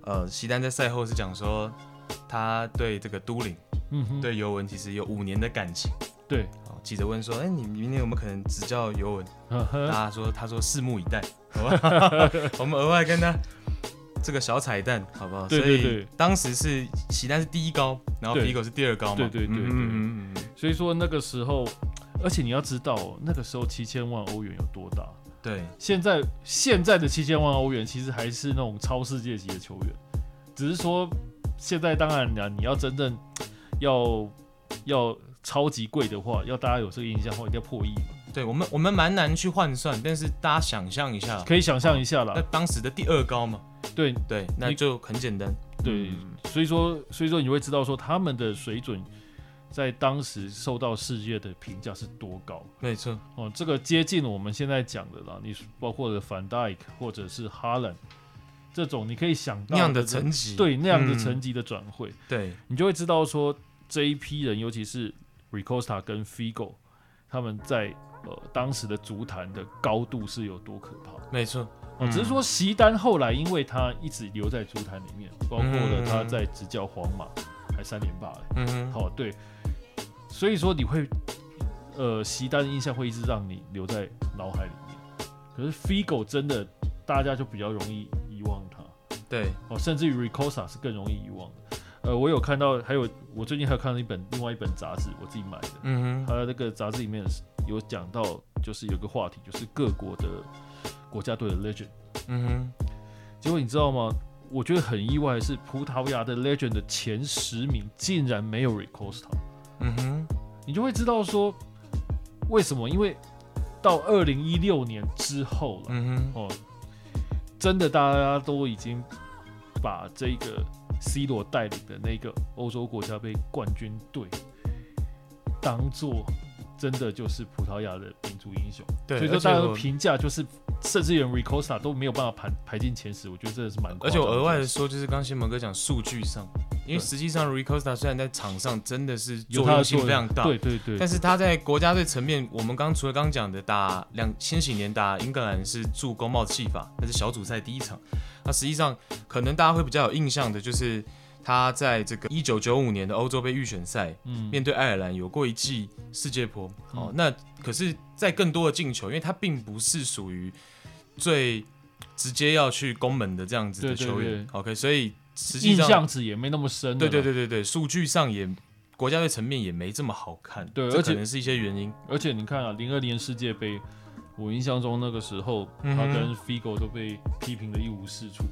S1: 呃，席丹在赛后是讲说他对这个都灵
S2: 嗯哼，
S1: 对尤文其实有五年的感情，
S2: 对，
S1: 哦，记者问说，哎、你明年有没有可能执教尤文？
S2: 呵呵，
S1: 大家说，他说拭目以待， 好吧？我们额外跟他这个小彩蛋，好不好？
S2: 对对
S1: 所以
S2: 对
S1: 当时是喜丹是第一高，然后
S2: 对
S1: Figo 是第二高嘛？
S2: 对对对对
S1: 嗯嗯嗯嗯
S2: 所以说那个时候，而且你要知道、哦，那个时候七千万欧元有多大？
S1: 对，
S2: 现在现在的七千万欧元其实还是那种超世界级的球员，只是说现在当然了，你要真正要要超级贵的话，要大家有这个印象的话，一定要破亿嘛。
S1: 对我们我们蛮难去换算，但是大家想象一下，
S2: 可以想象一下啦
S1: 那，当时的第二高嘛，
S2: 对
S1: 对，那就很简单，
S2: 对，
S1: 嗯
S2: 所以说所以说你会知道说他们的水准在当时受到世界的评价是多高
S1: 没错，
S2: 哦，这个接近我们现在讲的啦，你包括了范戴克或者是哈兰这种，你可以想
S1: 那
S2: 到
S1: 样的
S2: 这
S1: 层级，
S2: 对那样的
S1: 嗯
S2: 层级的转会。
S1: 对，
S2: 你就会知道说这一批人，尤其是 Ricosta 跟 Figo，他们在呃当时的足坛的高度是有多可怕。
S1: 没错，
S2: 哦，
S1: 嗯
S2: 只是说席丹后来因为他一直留在足坛里面，包括了他在执教皇马，还三连霸嘞。
S1: 嗯哼，
S2: 好、对，所以说你会呃席丹的印象会一直让你留在脑海里面。可是 Figo 真的大家就比较容易遗忘他。
S1: 对，
S2: 哦，甚至于 Ricosa 是更容易遗忘的。呃，我有看到，还有我最近还有看到一本另外一本杂志，我自己买的。
S1: 嗯哼，
S2: 它那个杂志里面有讲到，就是有个话题，就是各国的国家队的 legend。
S1: 嗯哼，
S2: 结果你知道吗？我觉得很意外的是，葡萄牙的 legend 的前十名竟然没有 Ricosta，
S1: 嗯哼，
S2: 你就会知道说为什么？因为到二零一六年之后了，
S1: 嗯哼，
S2: 哦，真的大家都已经把这个 C 罗带领的那个欧洲国家杯冠军队当做真的就是葡萄牙的民族英雄，
S1: 对，
S2: 所以
S1: 而
S2: 说
S1: 且
S2: 大家的
S1: 我
S2: 评价就是，甚至连 Ricosta 都没有办法排排进前十，我觉得真的是蛮夸
S1: 而
S2: 张
S1: 且
S2: 的。
S1: 我额外的说，就是刚刚新蒙哥讲数据上，因为
S2: 对
S1: 实际上 Ricosta 虽然在场上真的是
S2: 有
S1: 作
S2: 他
S1: 用
S2: 的
S1: 性
S2: 作
S1: 非常
S2: 用
S1: 大，
S2: 对对对，
S1: 但是他在国家队层面，我们刚除了刚讲的打两千禧年打英格兰是助攻帽戏法，那是小组赛第一场。那实际上可能大家会比较有印象的就是他在这个一九九五年的欧洲杯预选赛
S2: 嗯，
S1: 面对爱尔兰有过一记世界波。哦
S2: 嗯，
S1: 那可是，在更多的进球，因为他并不是属于最直接要去攻门的这样子的
S2: 对对
S1: 球员
S2: 对。
S1: OK，所以实际
S2: 印
S1: 上，
S2: 象值也没那么深。
S1: 对对，对对对，数据上也国家队层面也没这么好看。
S2: 对
S1: 这
S2: 而
S1: 可
S2: 且
S1: 能是一些原因。
S2: 而且你看啊，零二年世界杯，我印象中那个时候
S1: 嗯
S2: 他
S1: 哼
S2: 跟 Figo 都被批评的一无是处。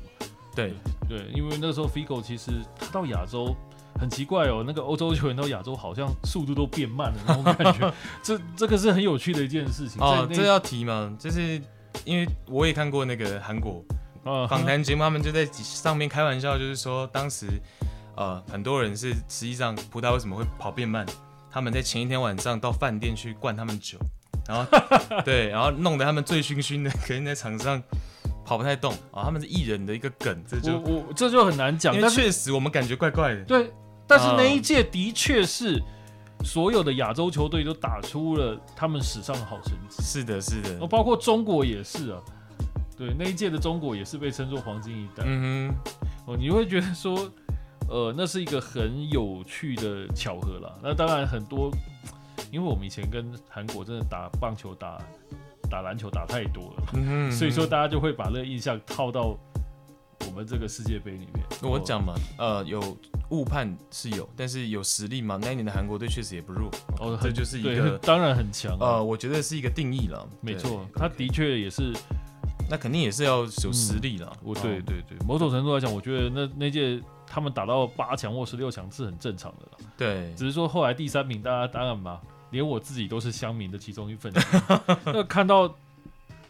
S1: 对，
S2: 对，因为那时候 Figo 其实他到亚洲很奇怪哦，那个欧洲球员到亚洲好像速度都变慢了那种感 觉，这这个是很有趣的一件事情。
S1: 哦，
S2: 在
S1: 这
S2: 那
S1: 要提嘛，就是因为我也看过那个韩国
S2: 啊
S1: 访谈节目，他们就在上面开玩笑，就是说当时呃很多人是实际上葡萄为什么会跑变慢，他们在前一天晚上到饭店去灌他们酒，然后 对，然后弄得他们醉醺醺的，可能在场上跑不太动啊。他们是艺人的一个梗，这就
S2: 我我这就很难讲，
S1: 因为
S2: 但是
S1: 确嗯实我们感觉怪怪的。
S2: 对，但是那一届的确是所有的亚洲球队都打出了他们史上的好成绩，
S1: 是的，是的
S2: 哦，，包括中国也是啊。对，那一届的中国也是被称作黄金一代。
S1: 嗯哼，
S2: 哦，你会觉得说，呃，那是一个很有趣的巧合啦。那当然很多，因为我们以前跟韩国真的打棒球、打打篮球打太多了，
S1: 嗯哼，
S2: 所以说大家就会把那个印象套到我们这个世界杯里面。
S1: 我
S2: 哦
S1: 讲嘛，呃，有误判是有，但是有实力嘛，那一年的韩国队确实也不弱，这
S2: 哦，很
S1: 就是一
S2: 对
S1: 个
S2: 当然很强啊，
S1: 呃，我觉得是一个定义了，
S2: 没
S1: 对
S2: 错，他
S1: OK
S2: 的确也是，
S1: 那肯定也是要有实力了。
S2: 我
S1: 哦
S2: 对对对，某种程度来讲，我觉得那那届。他们打到八强或十六强是很正常的啦，
S1: 对，
S2: 只是说后来第三名，大家当然嘛，连我自己都是乡民的其中一份子。 那看到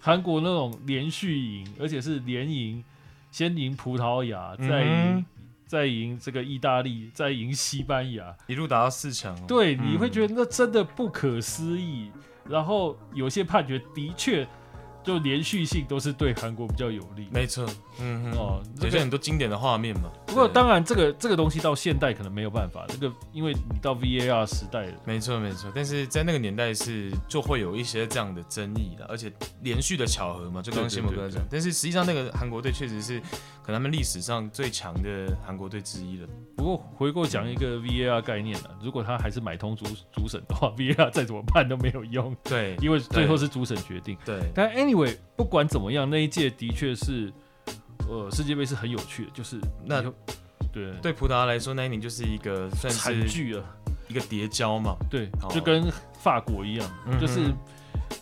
S2: 韩国那种连续赢，而且是连赢，先赢葡萄牙，再赢、
S1: 嗯
S2: 再赢这个意大利，再赢西班牙，
S1: 一路打到四强哦。
S2: 对，你会觉
S1: 得
S2: 得那真的不可思议。然后有些判决的确就连续性都是对韩国比较有利。
S1: 没错，嗯哼，
S2: 哦
S1: 哦，有
S2: 这个
S1: 些很多经典的画面嘛。
S2: 不过
S1: 对
S2: 当然，这个这个东西到现代可能没有办法，这个因为你到 VAR 时代了，
S1: 没错没错，但是在那个年代是就会有一些这样的争议了，而且连续的巧合嘛，就刚刚
S2: 对对
S1: 新某
S2: 对
S1: 哥
S2: 对
S1: 讲，但是实际上那个韩国队确实是可能他们历史上最强的韩国队之一了。
S2: 不过回过讲一个 VAR 概念了，如果他还是买通主主审的话，VAR 再怎么判都没有用，
S1: 对
S2: 因为最后是主审决定。
S1: 对，
S2: 但 anyway，不管怎么样，那一届的确是，呃，世界杯是很有趣的，就是
S1: 那
S2: 以后对
S1: 对葡萄牙来说那一年就是一个算
S2: 惨
S1: 是
S2: 剧啊，
S1: 一个叠交嘛。
S2: 对
S1: 哦，
S2: 就跟法国一样，
S1: 嗯哼
S2: 就是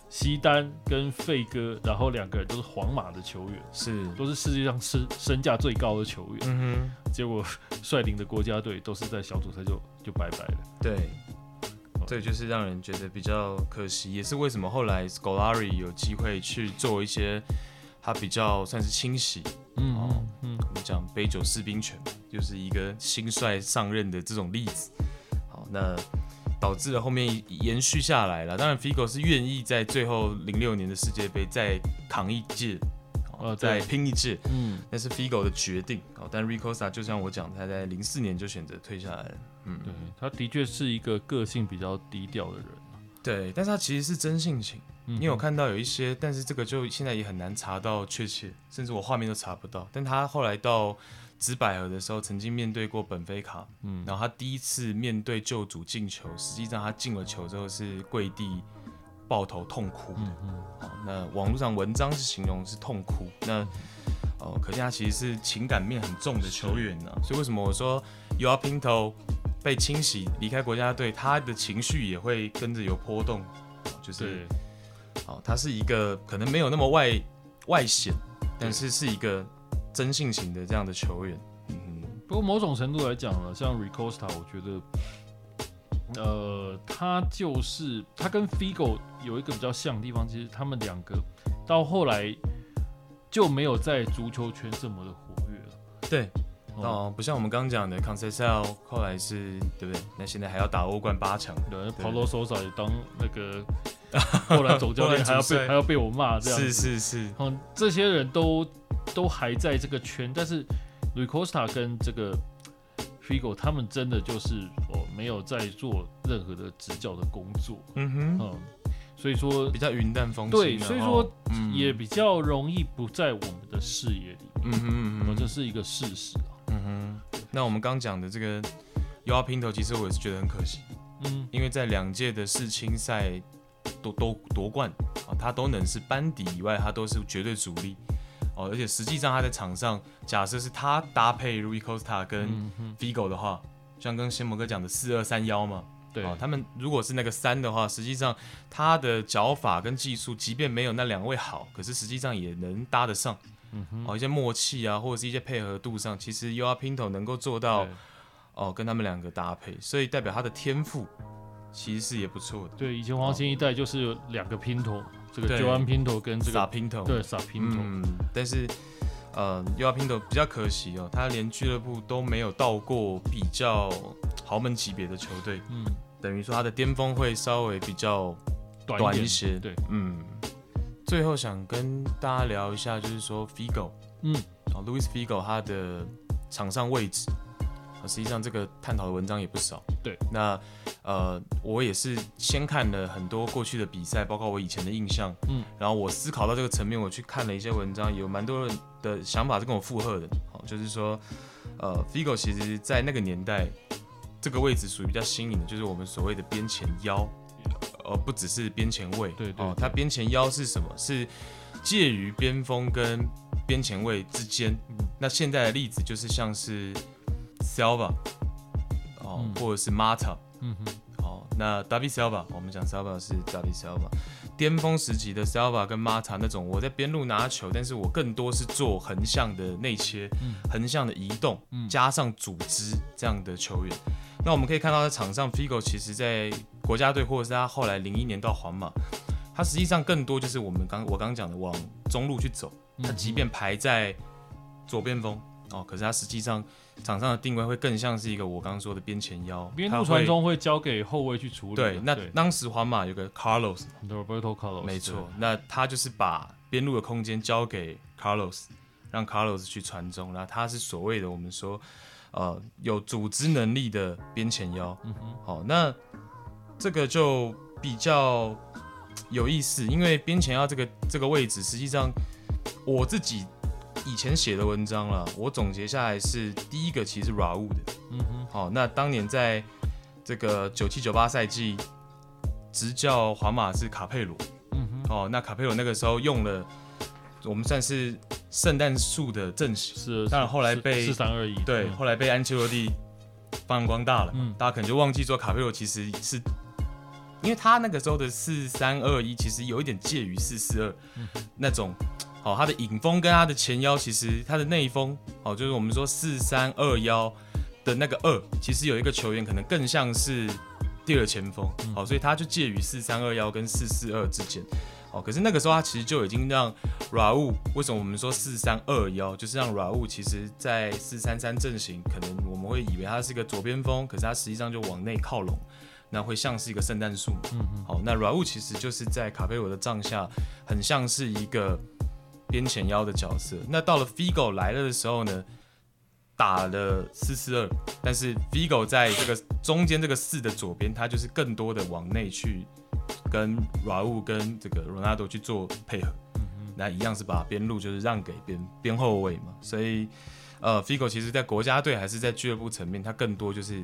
S2: 席丹跟费哥，然后两个人都是皇马的球员，
S1: 是，
S2: 都是世界上身身价最高的球员，
S1: 嗯
S2: 结果率领的国家队都是在小组赛就就拜拜了。哦
S1: 哼，对。这就是让人觉得比较可惜，也是为什么后来 Scolari 有机会去做一些他比较算是清洗，
S2: 嗯
S1: 哦
S2: 嗯，
S1: 我们讲杯酒释兵权，就是一个新帅上任的这种例子。好，那导致了后面延续下来了。当然，Figo 是愿意在最后零六年的世界杯再扛一届，哦
S2: 哦
S1: 再
S2: 对
S1: 拼一届，
S2: 嗯，
S1: 那是 Figo 的决定。哦，但 Ricosta 就像我讲，他在零四年就选择退下来了。嗯，
S2: 对，他的确是一个个性比较低调的人。
S1: 对，但是他其实是真性情。
S2: 嗯
S1: 因为我看到有一些，但是这个就现在也很难查到确切，甚至我画面都查不到。但他后来到紫百合的时候，曾经面对过本菲卡，嗯
S2: 嗯，
S1: 然后他第一次面对旧主进球，实际上他进了球之后是跪地抱头痛哭的。
S2: 嗯嗯
S1: 好，那网络上文章是形容是痛哭，那哦、可见他其实是情感面很重的球员呢、所以为什么我说 u 要拼头被清洗离开国家队，他的情绪也会跟着有波动，哦就是
S2: 对，
S1: 哦，他是一个可能没有那么外外显，但是是一个真性情的这样的球员。嗯哼，
S2: 不过某种程度来讲呢，像 Ricosta，我觉得，呃，他就是他跟 Figo 有一个比较像的地方，其实他们两个到后来就没有在足球圈这么的活跃了。
S1: 对，
S2: 哦，
S1: 哦，不像我们刚刚讲的 c o n c e s a l 后来是对不对？那现在还要打欧冠八强，
S2: 对
S1: 对
S2: ，Paulo Sosa 也当那个后来总教练还
S1: 后来
S2: 要
S1: 主帅
S2: 被还要被我骂这样
S1: 是
S2: 子。
S1: 是是，
S2: 嗯，这些人都都还在这个圈，但是 l u c o s t a 跟这个 Figo 他们真的就是哦，没有在做任何的执教的工作，
S1: 嗯哼，
S2: 嗯，所以说
S1: 比较云淡风轻啊。
S2: 对，所以说
S1: 哦嗯
S2: 也比较容易不在我们的视野里面，
S1: 嗯哼嗯
S2: 哦
S1: 哼，
S2: 这是一个事实啊，
S1: 嗯哼。那我们刚讲的这个 u 要拼头，其实我也是觉得很可惜，
S2: 嗯，
S1: 因为在两届的世青赛夺夺夺冠啊，他都能是班底以外，他都是绝对主力哦。而且实际上他在场上，假设是他搭配 Rui Costa 跟
S2: 嗯哼，
S1: Figo 的话，像跟仙魔哥讲的四二三幺嘛，
S2: 对，
S1: 哦，他们如果是那个三的话，实际上他的脚法跟技术，即便没有那两位好，可是实际上也能搭得上。
S2: 嗯哼，
S1: 哦，一些默契啊，或者是一些配合度上，其实 U R Pinto 能够做到
S2: 对
S1: 哦，跟他们两个搭配，所以代表他的天赋其实是也不错的。
S2: 对，以前黄金一代就是有两个拼头，这个
S1: 对
S2: Joan 拼头跟这
S1: 打
S2: 个
S1: Pinto，
S2: 对傻拼头，
S1: 嗯，但是呃，U R Pinto 比较可惜哦，他连俱乐部都没有到过比较豪门级别的球队。
S2: 嗯，
S1: 等于说它的巅峰会稍微比较
S2: 短
S1: 短
S2: 一
S1: 一
S2: 点。
S1: 些。
S2: 对，
S1: 嗯。最后想跟大家聊一下，就是说 Figo，
S2: 嗯，
S1: 哦，Louis Figo 他的场上位置，啊实际上这个探讨的文章也不少。
S2: 对，
S1: 那呃，我也是先看了很多过去的比赛，包括我以前的印象，
S2: 嗯，
S1: 然后我思考到这个层面，我去看了一些文章，有蛮多人的想法是跟我附和的。好、就是说，呃，Figo 其实在那个年代，这个位置属于比较新颖的，就是我们所谓的边前腰，而、不只是边前卫。
S2: 对对
S1: 哦，
S2: 对
S1: 他边前腰是什么？是介于边锋跟边前卫之间。那现在的例子就是像是 Silva，哦，
S2: 嗯
S1: 或者是 Mata，
S2: 嗯哼，
S1: 哦，那 David Silva，我们讲 Silva 是 David Silva，巅峰时期的 Silva 跟 Mata 那种，我在边路拿球，但是我更多是做横向的内切、
S2: 嗯
S1: 横向的移动，加上组织这样的球员。那我们可以看到，在场上 Figo 其实在国家队，或者是他后来零一年到皇马，他实际上更多就是我们刚我刚讲的往中路去走。
S2: 嗯
S1: 他即便排在左边锋哦，可是他实际上场上的定位会更像是一个我刚刚说的边前腰，
S2: 边
S1: 他
S2: 路
S1: 会
S2: 传中会交给后卫去处理啊的。
S1: 对，那当时皇马有个 Carlos，
S2: Roberto Carlos
S1: 没错，那他就是把边路的空间交给 Carlos，让 Carlos 去传中，然后他是所谓的我们说，呃，有组织能力的边前腰。
S2: 嗯
S1: 好，那这个就比较有意思，因为边前腰这个这个位置，实际上我自己以前写的文章了，我总结下来是第一个其实 Raul 的，
S2: 嗯哼，
S1: 好、那当年在这个九七九八赛季执教皇马是卡佩罗，
S2: 嗯哼，
S1: 哦，那卡佩罗那个时候用了我们算是圣诞树的阵型，
S2: 是。
S1: 当然后来被
S2: 四三二一，
S1: 对，后来被安切洛蒂发扬光大了，
S2: 嗯
S1: 大家可能就忘记说卡佩罗其实是，因为他那个时候的四三二一其实有一点介于四四二那种。哦，他的影锋跟他的前腰，其实他的内锋，哦，就是我们说四三二幺的那个二，其实有一个球员可能更像是第二前锋，好、所以他就介于四三二幺跟四四二之间，哦，可是那个时候他其实就已经让 Raul，为什么我们说四三二幺，就是让 Raul 其实在四三三阵型，可能我们会以为他是一个左边锋，可是他实际上就往内靠拢，那会像是一个圣诞树，嗯好，那 Raul 其实就是在卡佩罗的帐下，很像是一个边前腰的角色。那到了 Figo 来了的时候呢？打了四四二，但是 Figo 在这个中间这个四的左边，他就是更多的往内去跟 Raul 跟这个 Ronaldo 去做配合，那一样是把边路就是让给边边后卫嘛，所以呃，Figo 其实在国家队还是在俱乐部层面，他更多就是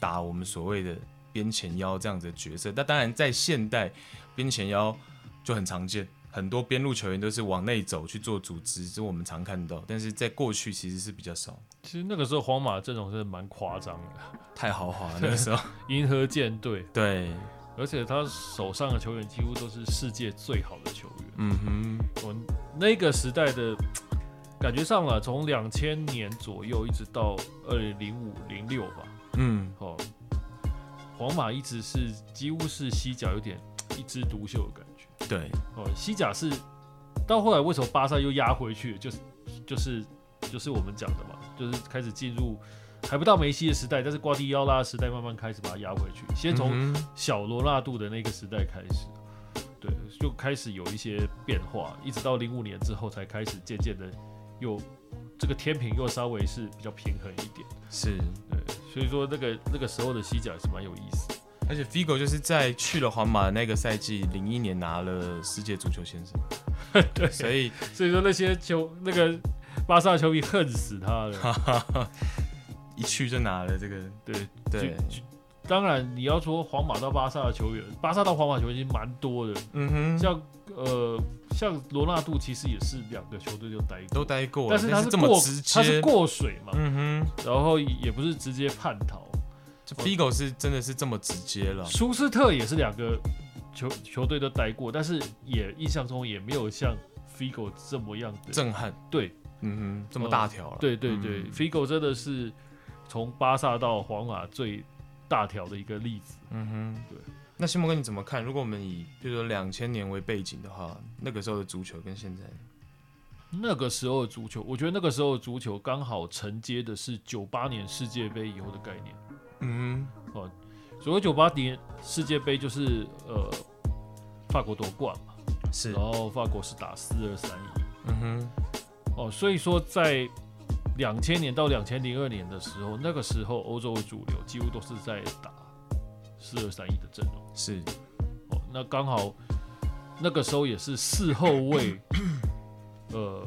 S1: 打我们所谓的边前腰这样子的角色。那当然在现代边前腰就很常见。很多边路球员都是往内走去做组织，这我们常看到，但是在过去其实是比较少。
S2: 其实那个时候皇马阵容真的蛮夸张的，
S1: 太豪华了那个时候。
S2: 银河舰队，
S1: 对，
S2: 而且他手上的球员几乎都是世界最好的球员。
S1: 嗯
S2: 我那个时代的感觉上了，从两千年左右一直到二零零五零六吧，
S1: 哼，嗯，
S2: 哦，皇马一直是几乎是西甲有点一枝独秀的感觉。
S1: 对，
S2: 哦，西甲是到后来为什么巴萨又压回去？就是就是就是我们讲的嘛，就是开始进入还不到梅西的时代，但是瓜迪奥拉的时代慢慢开始把它压回去，先从
S1: 嗯
S2: 小罗纳度的那个时代开始，对，就开始有一些变化，一直到零五年之后才开始渐渐的又这个天平又稍微是比较平衡一点，
S1: 哼是，
S2: 对，所以说那个那个时候的西甲是蛮有意思的，
S1: 而且 Figo 就是在去了皇马的那个赛季，零一年拿了世界足球先生，
S2: 对，
S1: 所以
S2: 所以说那些球那个巴萨球迷恨死他 了，
S1: 一去就拿了这个，
S2: 对
S1: 对，
S2: 就就当然你要说皇马到巴萨的球员，巴萨到皇马球员已经蛮多的，
S1: 嗯哼，
S2: 像呃像罗纳度其实也是两个球队就待过
S1: 都。待过了，
S2: 但是他
S1: 是这
S2: 过
S1: 么直，接，
S2: 他是过水嘛，
S1: 嗯哼，
S2: 然后也不是直接叛逃。
S1: 这 Figo 是真的是这么直接了，
S2: 舒斯特也是两个球球队都待过，但是也印象中也没有像 Figo 这么样的。
S1: 震撼，
S2: 对
S1: 嗯哼，这么大条了，
S2: 对对对、
S1: 嗯
S2: f i g o 真的是从巴萨到皇马最大条的一个例子。
S1: 嗯哼，
S2: 对。
S1: 那西蒙哥你怎么看？如果我们以比如说两千年为背景的话，那个时候的足球跟现在，
S2: 那个时候的足球，我觉得那个时候的足球刚好承接的是九八年世界杯以后的概念。
S1: 嗯
S2: 哦，所谓九八年世界杯就是呃法国夺冠嘛，
S1: 是
S2: 然，后法国是打四二三一
S1: 嗯哼，
S2: 哦，所以说在两千年到两千零二年的时候，那个时候欧洲的主流几乎都是在打四二三一的阵容。
S1: 是，
S2: 哦，那刚好那个时候也是四后卫，呃，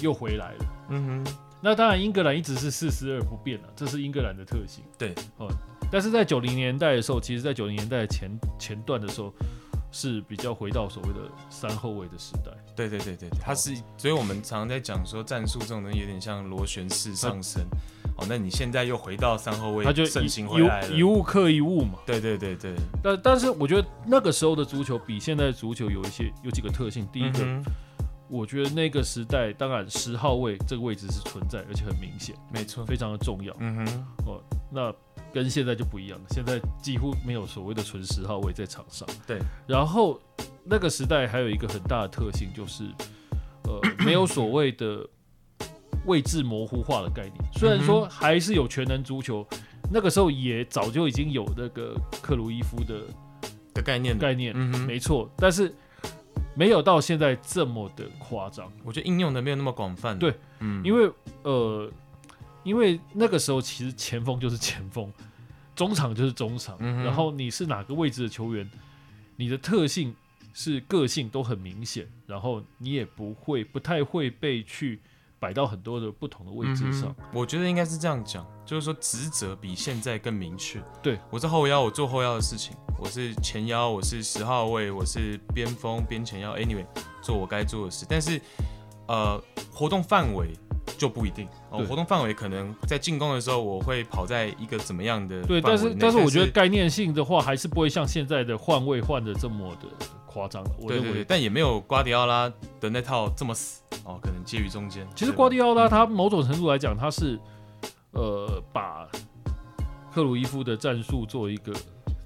S2: 又回来了。
S1: 嗯哼，
S2: 那当然，英格兰一直是四四二不变啊了，这是英格兰的特性。
S1: 对，
S2: 哦，但是在九零年代的时候，其实在九零年代的前前段的时候，是比较回到所谓的三后卫的时代。
S1: 对对对对，对它是，所以我们常在讲说战术这种东西有点像螺旋式上升。哦，那你现在又回到三后卫，
S2: 他就
S1: 盛行回
S2: 一
S1: 来
S2: 一物一
S1: 了。
S2: 物克一物嘛。
S1: 对对对对，
S2: 但但是我觉得那个时候的足球比现在的足球有一些有几个特性。第一个，
S1: 嗯哼
S2: 我觉得那个时代当然十号位这个位置是存在，而且很明显，
S1: 没错，
S2: 非常的重要。
S1: 嗯哼，
S2: 那跟现在就不一样了，现在几乎没有所谓的纯十号位在场上。
S1: 对，
S2: 然后那个时代还有一个很大的特性就是，呃，没有所谓的位置模糊化的概念。虽然
S1: 嗯
S2: 说还是有全能足球，那个时候也早就已经有那个克鲁伊夫的
S1: 的概念，
S2: 概念，
S1: 嗯哼，
S2: 没错，但是没有到现在这么的夸张。
S1: 我觉得应用的没有那么广泛。
S2: 对，
S1: 嗯，
S2: 因为呃，因为那个时候其实前锋就是前锋，中场就是中场，
S1: 嗯哼
S2: 然后你是哪个位置的球员，你的特性是个性都很明显，然后你也不会不太会被去摆到很多的不同的位置上。
S1: 嗯哼我觉得应该是这样讲，就是说职责比现在更明确。
S2: 对
S1: 我是后腰，我做后腰的事情；我是前腰，我是十号位，我是边锋边前腰。Anyway，做我该做的事。但是，呃，活动范围就不一定哦。
S2: 对
S1: 活动范围可能在进攻的时候，我会跑在一个怎么样的
S2: 对，
S1: 范
S2: 但
S1: 围
S2: 是
S1: 内
S2: 但是我觉得概念性的话，还是不会像现在的换位换的这么的夸张了。我
S1: 对
S2: 认为
S1: 对对，但也没有瓜迪奥拉的那套这么死哦，可能介于中间。
S2: 其实
S1: 对吧
S2: 瓜迪奥拉他某种程度来讲，他是呃把克鲁伊夫的战术做一个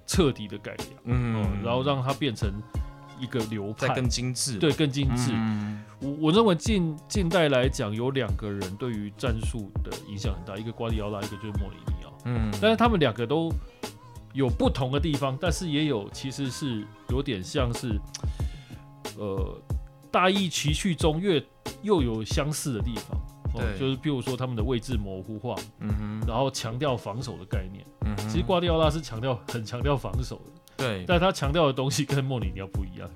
S2: 彻底的改良，嗯，然后让它变成一个流
S1: 再
S2: 派，
S1: 更精致，
S2: 对更精致。
S1: 嗯
S2: 我我认为近近代来讲，有两个人对于战术的影响很大，一个瓜迪奥拉，一个就是莫里尼奥。
S1: 嗯，
S2: 但是他们两个都有不同的地方，但是也有其实是有点像是，呃，大义奇趣中越又有相似的地方。哦
S1: 对
S2: 就是譬如说他们的位置模糊化，
S1: 嗯哼，
S2: 然后强调防守的概念。
S1: 嗯哼
S2: 其实瓜迪奥拉是强调很强调防守的，
S1: 对
S2: 但他强调的东西跟莫里尼奥不一样。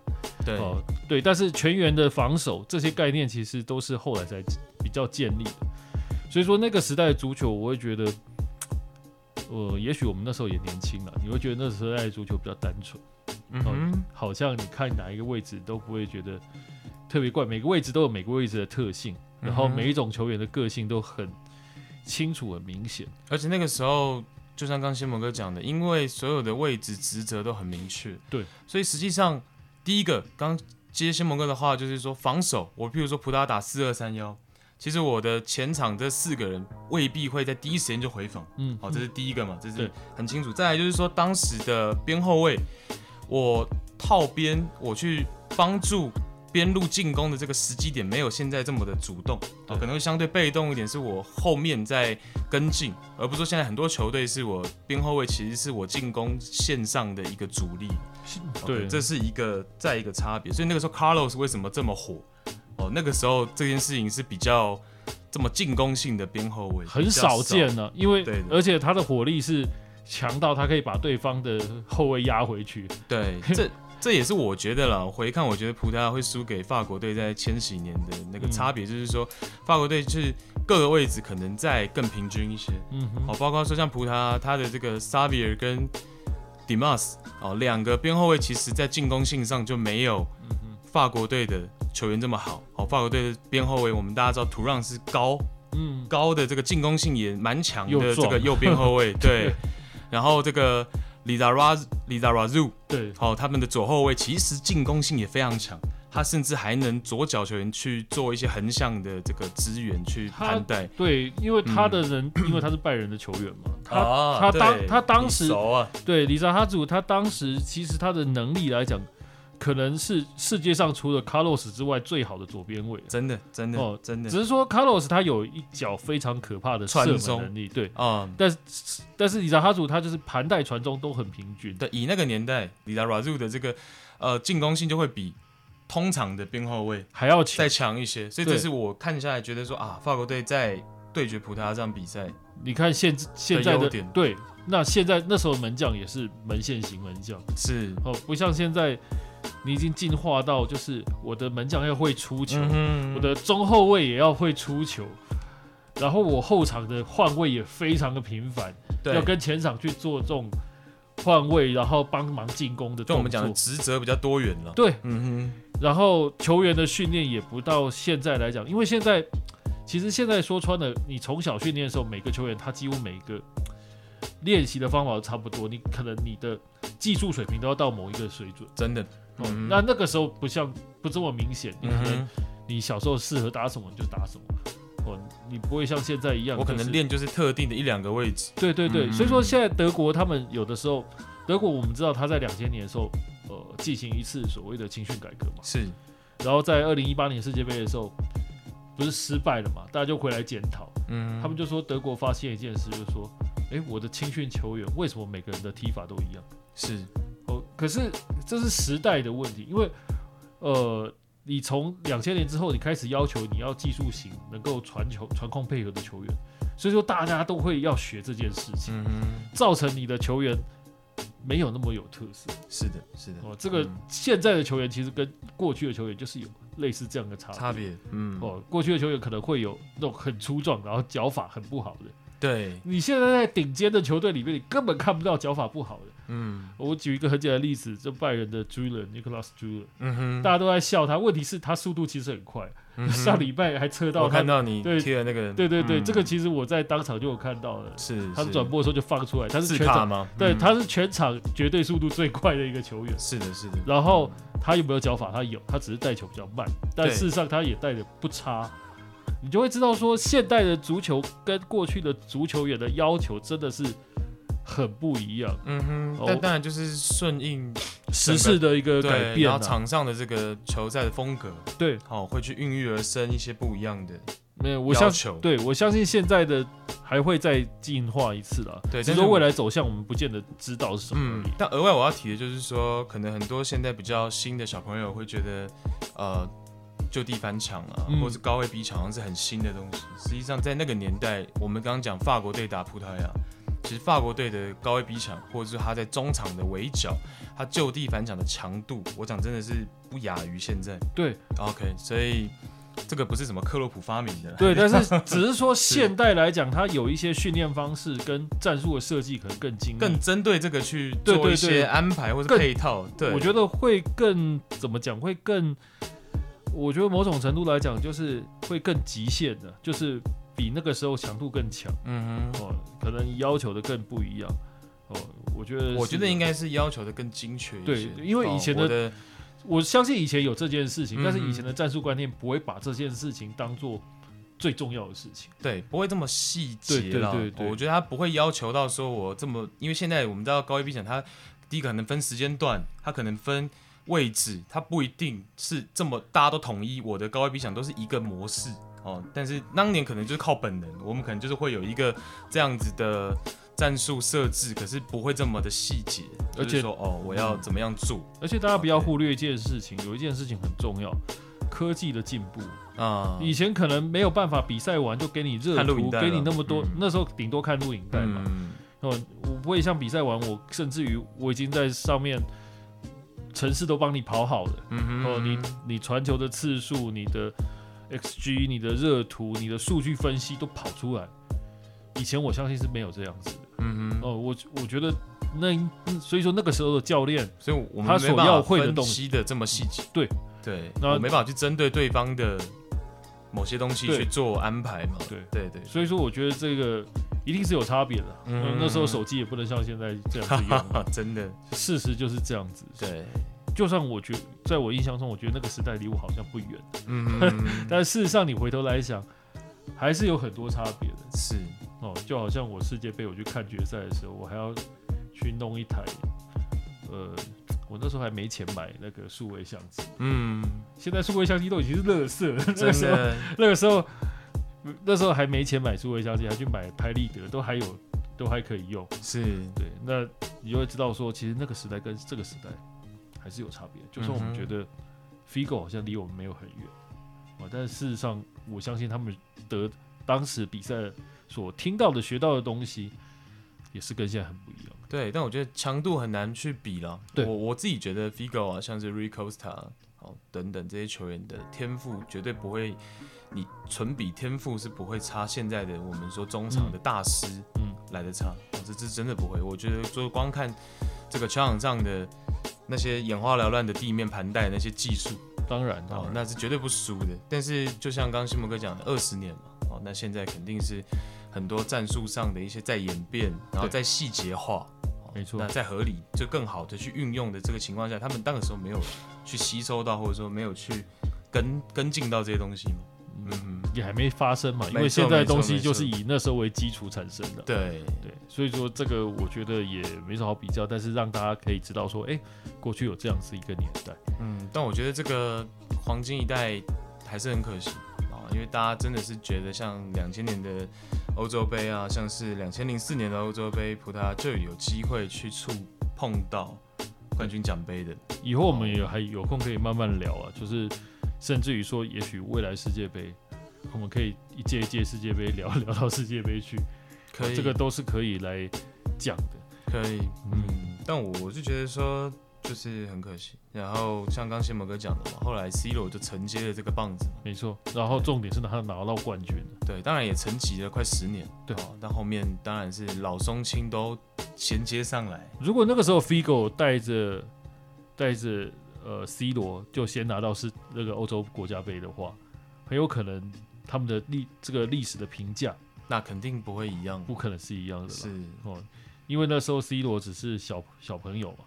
S1: 对
S2: 哦，对，但是全员的防守这些概念其实都是后来才比较建立的，所以说那个时代的足球，我会觉得，呃，也许我们那时候也年轻了，你会觉得那时代的足球比较单纯，
S1: 嗯哼。
S2: 好像你看哪一个位置都不会觉得特别怪，每个位置都有每个位置的特性，然后
S1: 嗯哼
S2: 每一种球员的个性都很清楚、很明显。
S1: 而且那个时候，就像刚新蒙哥讲的，因为所有的位置职责都很明确，
S2: 对，
S1: 所以实际上第一个刚接新蒙哥的话，就是说防守，我譬如说葡萄牙打四二三幺，其实我的前场这四个人未必会在第一时间就回防，
S2: 嗯，
S1: 好，这是第一个嘛，这是
S2: 对
S1: 很清楚。再来就是说，当时的边后卫，我套边，我去帮助边路进攻的这个时机点，没有现在这么的主动，哦
S2: 对
S1: 可能会相对被动一点，是我后面在跟进，而不是说现在很多球队是我边后卫其实是我进攻线上的一个主力。
S2: 对
S1: OK，这是一个再一个差别。所以那个时候 Carlos 为什么这么火？哦，那个时候这件事情是比较这么进攻性的边后卫，
S2: 很
S1: 比较
S2: 少见呢、因为
S1: 对的
S2: 而且他的火力是强到他可以把对方的后卫压回去。
S1: 对，这这也是我觉得啦。我回看，我觉得葡萄牙会输给法国队在千禧年的那个
S2: 嗯
S1: 差别，就是说、法国队就是各个位置可能再更平均一些。
S2: 嗯哼，
S1: 哦，包括说像葡萄牙，他的这个 Xavier 跟 Dimas 哦，两个边后卫其实在进攻性上就没有
S2: 嗯
S1: 法国队的球员这么好。哦，法国队的边后卫，我们大家知道图让是高
S2: 嗯，
S1: 高的这个进攻性也蛮强
S2: 又
S1: 的这
S2: 壮
S1: 个右边后 卫，对。然后这个 Lizarazu Lizarazu
S2: 对，
S1: 好、他们的左后卫其实进攻性也非常强，他甚至还能左脚球员去做一些横向的这个支援去
S2: 他
S1: 盘带。
S2: 对，因为他的人，
S1: 嗯
S2: 因为他是拜仁的球员嘛，他、
S1: 啊
S2: 他
S1: 对
S2: 当他当时
S1: 你熟啊，
S2: 对里扎哈祖，他当时其实他的能力来讲，可能是世界上除了 Carlos 之外最好的左边卫了。
S1: 真的真的、
S2: 哦
S1: 真的，
S2: 只是说 Carlos 他有一脚非常可怕的射
S1: 传
S2: 门
S1: 中
S2: 能力，对。
S1: 嗯，
S2: 但是但是里扎哈祖他就是盘带传中都很平均，
S1: 对，以那个年代，里达 r a z u 的这个呃进攻性就会比通常的边后卫
S2: 还要强
S1: 再。强一些，所以这
S2: 对
S1: 是我看下来觉得说啊，法国队在对决葡萄牙这场比赛，
S2: 你看现现在
S1: 的优
S2: 的
S1: 点
S2: 对，那现在那时候门将也是门线型门将
S1: 是，
S2: 哦，不像现在你已经进化到就是我的门将要会出球，
S1: 嗯哼
S2: 嗯我的中后卫也要会出球，然后我后场的换位也非常的频繁，
S1: 对
S2: 要跟前场去做这种换位，然后帮忙进攻的
S1: 就
S2: 动作。
S1: 我们讲的职责比较多元了。
S2: 对，
S1: 嗯
S2: 然后球员的训练也不到现在来讲，因为现在其实现在说穿了，你从小训练的时候，每个球员他几乎每一个练习的方法都差不多，你可能你的技术水平都要到某一个水准
S1: 哼，。真的，
S2: 哦
S1: 嗯，
S2: 那那个时候不像不这么明显，你可
S1: 嗯
S2: 能
S1: 哼，
S2: 你小时候适合打什么你就打什么，哦，你不会像现在一样，
S1: 我可
S2: 就是
S1: 能练就是特定的一两个位置，
S2: 对对对，
S1: 嗯
S2: 所以说现在德国他们有的时候，德国我们知道他在两千年的时候，呃，进行一次所谓的青训改革嘛，
S1: 是
S2: 然后在二零一八年世界杯的时候，不是失败了嘛，大家就回来检讨，
S1: 嗯，
S2: 他们就说德国发现一件事，就是说，诶，我的青训球员为什么每个人的踢法都一样？
S1: 是
S2: 哦，可是这是时代的问题，因为呃，你从两千年之后，你开始要求你要技术型、能够传球、传控配合的球员，所以说大家都会要学这件事情，
S1: 嗯哼，
S2: 造成你的球员没有那么有特色。
S1: 是的，是的，
S2: 哦，这个
S1: 嗯
S2: 现在的球员其实跟过去的球员就是有类似这样的差别。
S1: 差别，嗯，
S2: 哦，过去的球员可能会有那种很粗壮，然后脚法很不好的。
S1: 对，
S2: 你现在在顶尖的球队里面，你根本看不到脚法不好的。
S1: 嗯
S2: 我举一个很简单的例子，就拜仁的 j u l i a n Nicolas j u l i a n
S1: 嗯哼，
S2: 大家都在笑他。问题是，他速度其实很快，
S1: 嗯哼
S2: 上礼拜还测到
S1: 我
S2: 他。
S1: 看到你
S2: 对
S1: 贴的那个，
S2: 对对对，
S1: 嗯
S2: 这个其实我在当场就有看到了。
S1: 是
S2: 他们
S1: 是
S2: 转播的时候就放出来，他是
S1: 四
S2: 全
S1: 卡
S2: 场，
S1: 吗？
S2: 对，
S1: 嗯
S2: 他是全场绝对速度最快的一个球员。
S1: 是的，是的，
S2: 然后他有没有脚法？他有，他只是带球比较慢，但
S1: 对
S2: 事实上他也带的不差。你就会知道说，现代的足球跟过去的足球员的要求真的是很不一样，
S1: 嗯哼
S2: 哦，
S1: 但当然就是顺应
S2: 时事的一个改
S1: 对，
S2: 变、
S1: 然
S2: 啊
S1: 后。场上的这个球赛的风格，
S2: 对，
S1: 好会去孕育而生一些不一样的
S2: 没有，我
S1: 要
S2: 相
S1: 求，
S2: 对我相信现在的还会再进化一次的。
S1: 对但
S2: 只是
S1: 是
S2: 说
S1: 我
S2: 未来走向我们不见得知道是什么
S1: 嗯
S2: 而已。，
S1: 但额外我要提的就是说，可能很多现在比较新的小朋友会觉得，呃，就地翻墙啊，
S2: 嗯
S1: 或是高位逼抢好像是很新的东西。实际上，在那个年代，我们刚刚讲法国队打葡萄牙，其实法国队的高位逼抢，或者是他在中场的围剿，他就地反抢的强度，我讲真的是不亚于现在。
S2: 对
S1: OK，所以这个不是什么克洛普发明的啦。
S2: 对，但是只是说现代来讲，它有一些训练方式跟战术的设计可能更精密
S1: 更针对这个去
S2: 对
S1: 做
S2: 对
S1: 一些
S2: 对
S1: 安排或是
S2: 更
S1: 配套，对，
S2: 我觉得会更怎么讲？会更，我觉得某种程度来讲，就是会更极限的，就是比那个时候强度更强
S1: 嗯哼，
S2: 哦，可能要求的更不一样哦。我觉得，
S1: 我觉得应，该是要求的更精确一些。
S2: 对因为以前
S1: 哦
S2: 的
S1: 我的
S2: 我相信以前有这件事情，但是以前
S1: 嗯
S2: 的战术观念不会把这件事情当做最重要的事情。
S1: 对不会这么细节
S2: 对
S1: 啦，
S2: 对对对
S1: 我觉得他不会要求到说我这么，因为现在我们知道高一 B 讲他第一个可能分时间段，他可能分。位置他不一定是这么大家都统一，我的高位逼抢都是一个模式哦。但是当年可能就是靠本能，我们可能就是会有一个这样子的战术设置，可是不会这么的细节，
S2: 而
S1: 就是
S2: 且
S1: 说哦我要怎么样做
S2: 而且大家不要
S1: OK
S2: 忽略一件事情，有一件事情很重要，科技的进步。
S1: 啊、
S2: 以前可能没有办法比赛完就给你热
S1: 看录影
S2: 图，
S1: 带
S2: 给
S1: 了
S2: 你那么多，
S1: 嗯
S2: 那时候顶多看录影带嘛。
S1: 嗯，
S2: 哦，我不会像比赛完，我甚至于我已经在上面城市都帮你跑好了。
S1: 嗯哼
S2: 哦，你你传球的次数、你的 xG、你的热图、你的数据分析都跑出来。以前我相信是没有这样子的。
S1: 嗯哼，
S2: 哦，我我觉得那嗯所以说那个时候的教练，
S1: 所以我们
S2: 他
S1: 没
S2: 所
S1: 办法
S2: 要会的
S1: 分
S2: 东
S1: 析的这么细节，
S2: 对
S1: 对，
S2: 那
S1: 我没办法去针对对方的某些东西
S2: 对
S1: 去做安排嘛，
S2: 对
S1: 对对，
S2: 所以说我觉得这个一定是有差别的。
S1: 嗯
S2: 嗯，那时候手机也不能像现在这样
S1: 哈
S2: 子
S1: 哈
S2: 用，
S1: 哈，真的，
S2: 事实就是这样子。
S1: 对，
S2: 就算我觉在我印象中，我觉得那个时代离我好像不远。
S1: 嗯，
S2: 但事实上，你回头来想，还是有很多差别的
S1: 是，
S2: 哦。就好像我世界杯我去看决赛的时候，我还要去弄一台，呃，我我那时候还没钱买那个数位相机，
S1: 嗯，
S2: 现在数位相机都已经是垃圾了。 那
S1: 真
S2: 个时候，
S1: 的，
S2: 那个时候，那时候还没钱买数位相机，还去买拍立得，都还有，都还可以用。
S1: 是
S2: 对，那你就会知道说，其实那个时代跟这个时代还是有差别。就算
S1: 嗯
S2: 我们
S1: 哼
S2: 觉得 Figo 好像离我们没有很远啊，但是事实上，我相信他们得当时比赛所听到的、学到的东西，也是跟现在很不一样。
S1: 对，但我觉得强度很难去比了。
S2: 对
S1: 我我自己觉得 Figo 啊，像是 Ricosta 哦等等这些球员的天赋，绝对不会，你纯比天赋是不会差现在的我们说中场的大师
S2: 嗯
S1: 来的差，哦这这真的不会。我觉得就光看这个球场上的那些眼花缭乱的地面盘带那些技术，
S2: 当然，当
S1: 哦
S2: 然，，
S1: 那是绝对不输的。但是就像刚刚新木哥讲的，二十年嘛，哦，那现在肯定是很多战术上的一些在演变，然后
S2: 对
S1: 在细节化，哦
S2: 没错
S1: 那在合理就更好的去运用的这个情况下，他们那个时候没有去吸收到，或者说没有去跟跟进到这些东西嘛。嗯，
S2: 也还没发生嘛，因
S1: 没
S2: 为
S1: 错
S2: 现在
S1: 没
S2: 的
S1: 错
S2: 东
S1: 没
S2: 西
S1: 错
S2: 就是以那时候为基础产生的。
S1: 对，
S2: 对，所以说这个我觉得也没什么好比较，但是让大家可以知道说，哎、过去有这样子一个年代。
S1: 嗯，但我觉得这个黄金一代还是很可惜啊，因为大家真的是觉得像两千年的欧洲杯啊，像是两千零四年的欧洲杯，葡萄牙就有机会去触碰到冠军奖杯的。
S2: 以后我们也还有空可以慢慢聊啊，就是甚至于说，也许未来世界杯，我们可以一届一届世界杯聊聊到世界杯去，
S1: 可以，
S2: 这个都是可以来讲的。
S1: 可以，嗯
S2: 嗯，
S1: 但我我是觉得说就是很可惜。然后像刚先某哥讲的嘛，后来 C 罗就承接了这个棒子嘛，
S2: 没错，然后重点是他拿到冠军了，
S1: 对，当然也沉寂了快十年，
S2: 对
S1: 哦，但后面当然是老松青都衔接上来，
S2: 如果那个时候 Figo 带着带着呃 C 罗就先拿到是那个欧洲国家杯的话，很有可能他们的历这个历史的评价
S1: 那肯定不会一样，
S2: 不可能是一样的啦。
S1: 是。
S2: 哦，因为那时候 C 罗只是小小朋友嘛，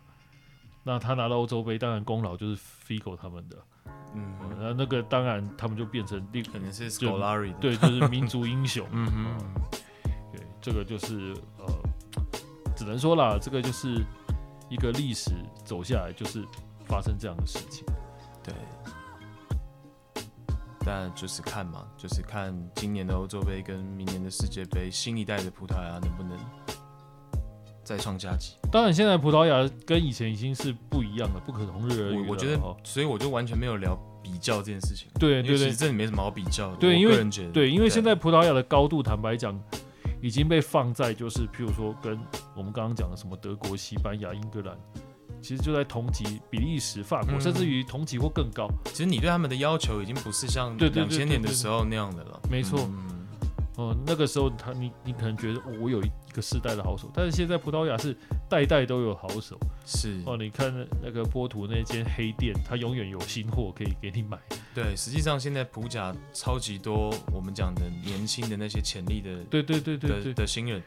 S2: 那他拿到欧洲杯，当然功劳就是 Figo 他们的，哦
S1: 嗯，
S2: 那、那个当然他们就变成另
S1: 可能是
S2: 就
S1: Scolari 的，。
S2: 对，就是民族英雄
S1: 嗯
S2: 哦
S1: 哼，
S2: 对，这个就是呃，只能说啦，这个就是一个历史走下来，就是发生这样的事情。
S1: 对。但就是看嘛，就是看今年的欧洲杯跟明年的世界杯，新一代的葡萄牙能不能再创佳绩。
S2: 当然，现在葡萄牙跟以前已经是不一样了，不可同日而语了
S1: 我我觉得
S2: 哦，
S1: 所以我就完全没有聊比较这件事情，
S2: 对
S1: 因为
S2: 对
S1: 其
S2: 对
S1: 实，真的没什么好比较的。
S2: 对
S1: 我
S2: 因为
S1: 个人觉得，
S2: 对，因为现在葡萄牙的高度，坦白讲，已经被放在就是譬如说跟我们刚刚讲的什么德国、西班牙、英格兰，其实就在同级，比利时、法国，
S1: 嗯
S2: 甚至于同级或更高。
S1: 其实你对他们的要求已经不是像
S2: 对对
S1: 两
S2: 对
S1: 千年的
S2: 对对
S1: 时候那样的了。
S2: 没错
S1: 嗯
S2: 嗯、那个时候他你你可能觉得、哦我有一个世代的好手，但是现在葡萄牙是代代都有好手。
S1: 是
S2: 哦，你看那个波图那间黑店，它永远有新货可以给你买。
S1: 对，实际上现在葡甲超级多，我们讲的年轻的那些潜力的
S2: 对对对对
S1: 的
S2: 对，
S1: 的新人，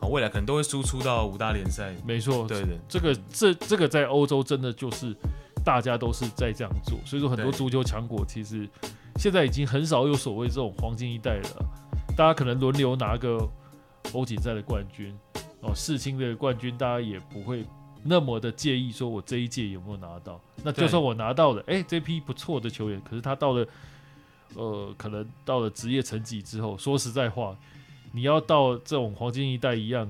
S1: 啊，未来可能都会输出到五大联赛。
S2: 没错，
S1: 对的，
S2: 这个这这个在欧洲真的就是大家都是在这样做，所以说很多
S1: 对
S2: 足球强国其实现在已经很少有所谓这种黄金一代了，大家可能轮流拿个欧锦赛的冠军，哦，世青的冠军，大家也不会那么的介意说我这一届有没有拿到。那
S1: 对
S2: 就算我拿到了，哎，这批不错的球员，可是他到了呃，可能到了职业层级之后，说实在话，你要到这种黄金一代一样。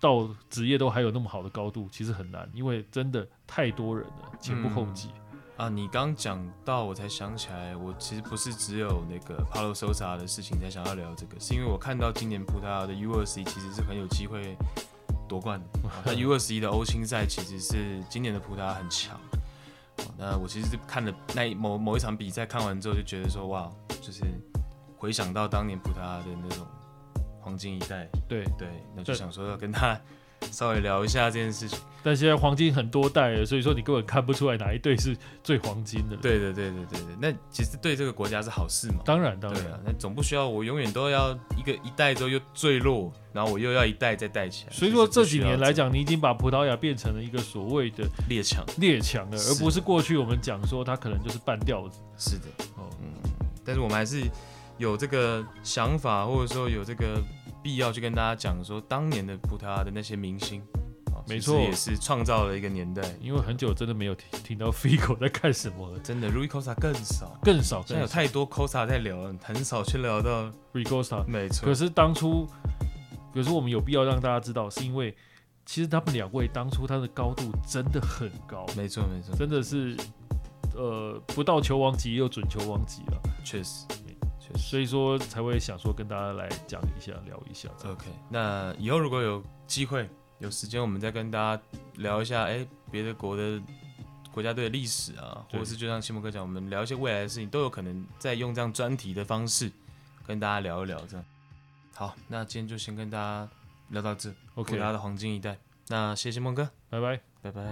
S2: 到职业都还有那么好的高度，其实很难，因为真的太多人了，前仆后继。
S1: 啊，你刚讲到我才想起来，我其实不是只有那个帕洛索萨的事情才想要聊这个，是因为我看到今年葡萄牙的 U 二十一其实是很有机会夺冠 的。啊那 U 二十一的欧青赛其实是今年的葡萄牙很强。啊那我其实是看了那一某某一场比赛，看完之后就觉得说，哇，就是回想到当年葡萄牙的那种黄金一代，
S2: 对，
S1: 对，那就
S2: 对
S1: 想说要跟他 稍微聊一下这件事情。
S2: 但现在黄金很多代了，所以说你根本看不出来哪一队是最黄金的了。
S1: 对对对对对对，那其实对这个国家是好事嘛。
S2: 当然，当
S1: 对
S2: 然，
S1: 啊，那总不需要我永远都要一个一代之后又坠落，然后我又要一代再带起来。
S2: 所以说这几年来讲，你已经把葡萄牙变成了一个所谓
S1: 就
S2: 的
S1: 是不需要这样列强
S2: 列强了，
S1: 是
S2: 而不是过去我们讲说他可能就是半吊子。
S1: 是的，
S2: 哦，
S1: 但是我们还是有这个想法，或者说有这个必要去跟大家讲说，当年的葡萄牙的那些明星啊，
S2: 没
S1: 其实
S2: 错
S1: 也是创造了一个年代。
S2: 因为很久真的没有听听到 Figo 在干什么了，
S1: 真的 r u i Costa 更少，
S2: 更少
S1: 现在有
S2: 更少
S1: 太多 Costa 在聊了，很少去聊到
S2: Rigosta。
S1: 没错
S2: 可。是当初，可是我们有必要让大家知道，是因为其实他们两位当初他的高度真的很高，
S1: 没错，没错，
S2: 真的是呃不到球王级又准球王级了，
S1: 确实，确实。
S2: 所以说才会想说跟大家来讲一下聊一下。
S1: OK，那以后如果有机会、有时间，我们再跟大家聊一下，哎、别的国的国家队的历史啊，或
S2: 对
S1: 者是就像西蒙哥讲，我们聊一些未来的事情，都有可能再用这样专题的方式跟大家聊一聊。这样，好，那今天就先跟大家聊到这，
S2: OK，
S1: 国家的黄金一代。那谢谢梦哥，
S2: 拜拜。
S1: 拜拜。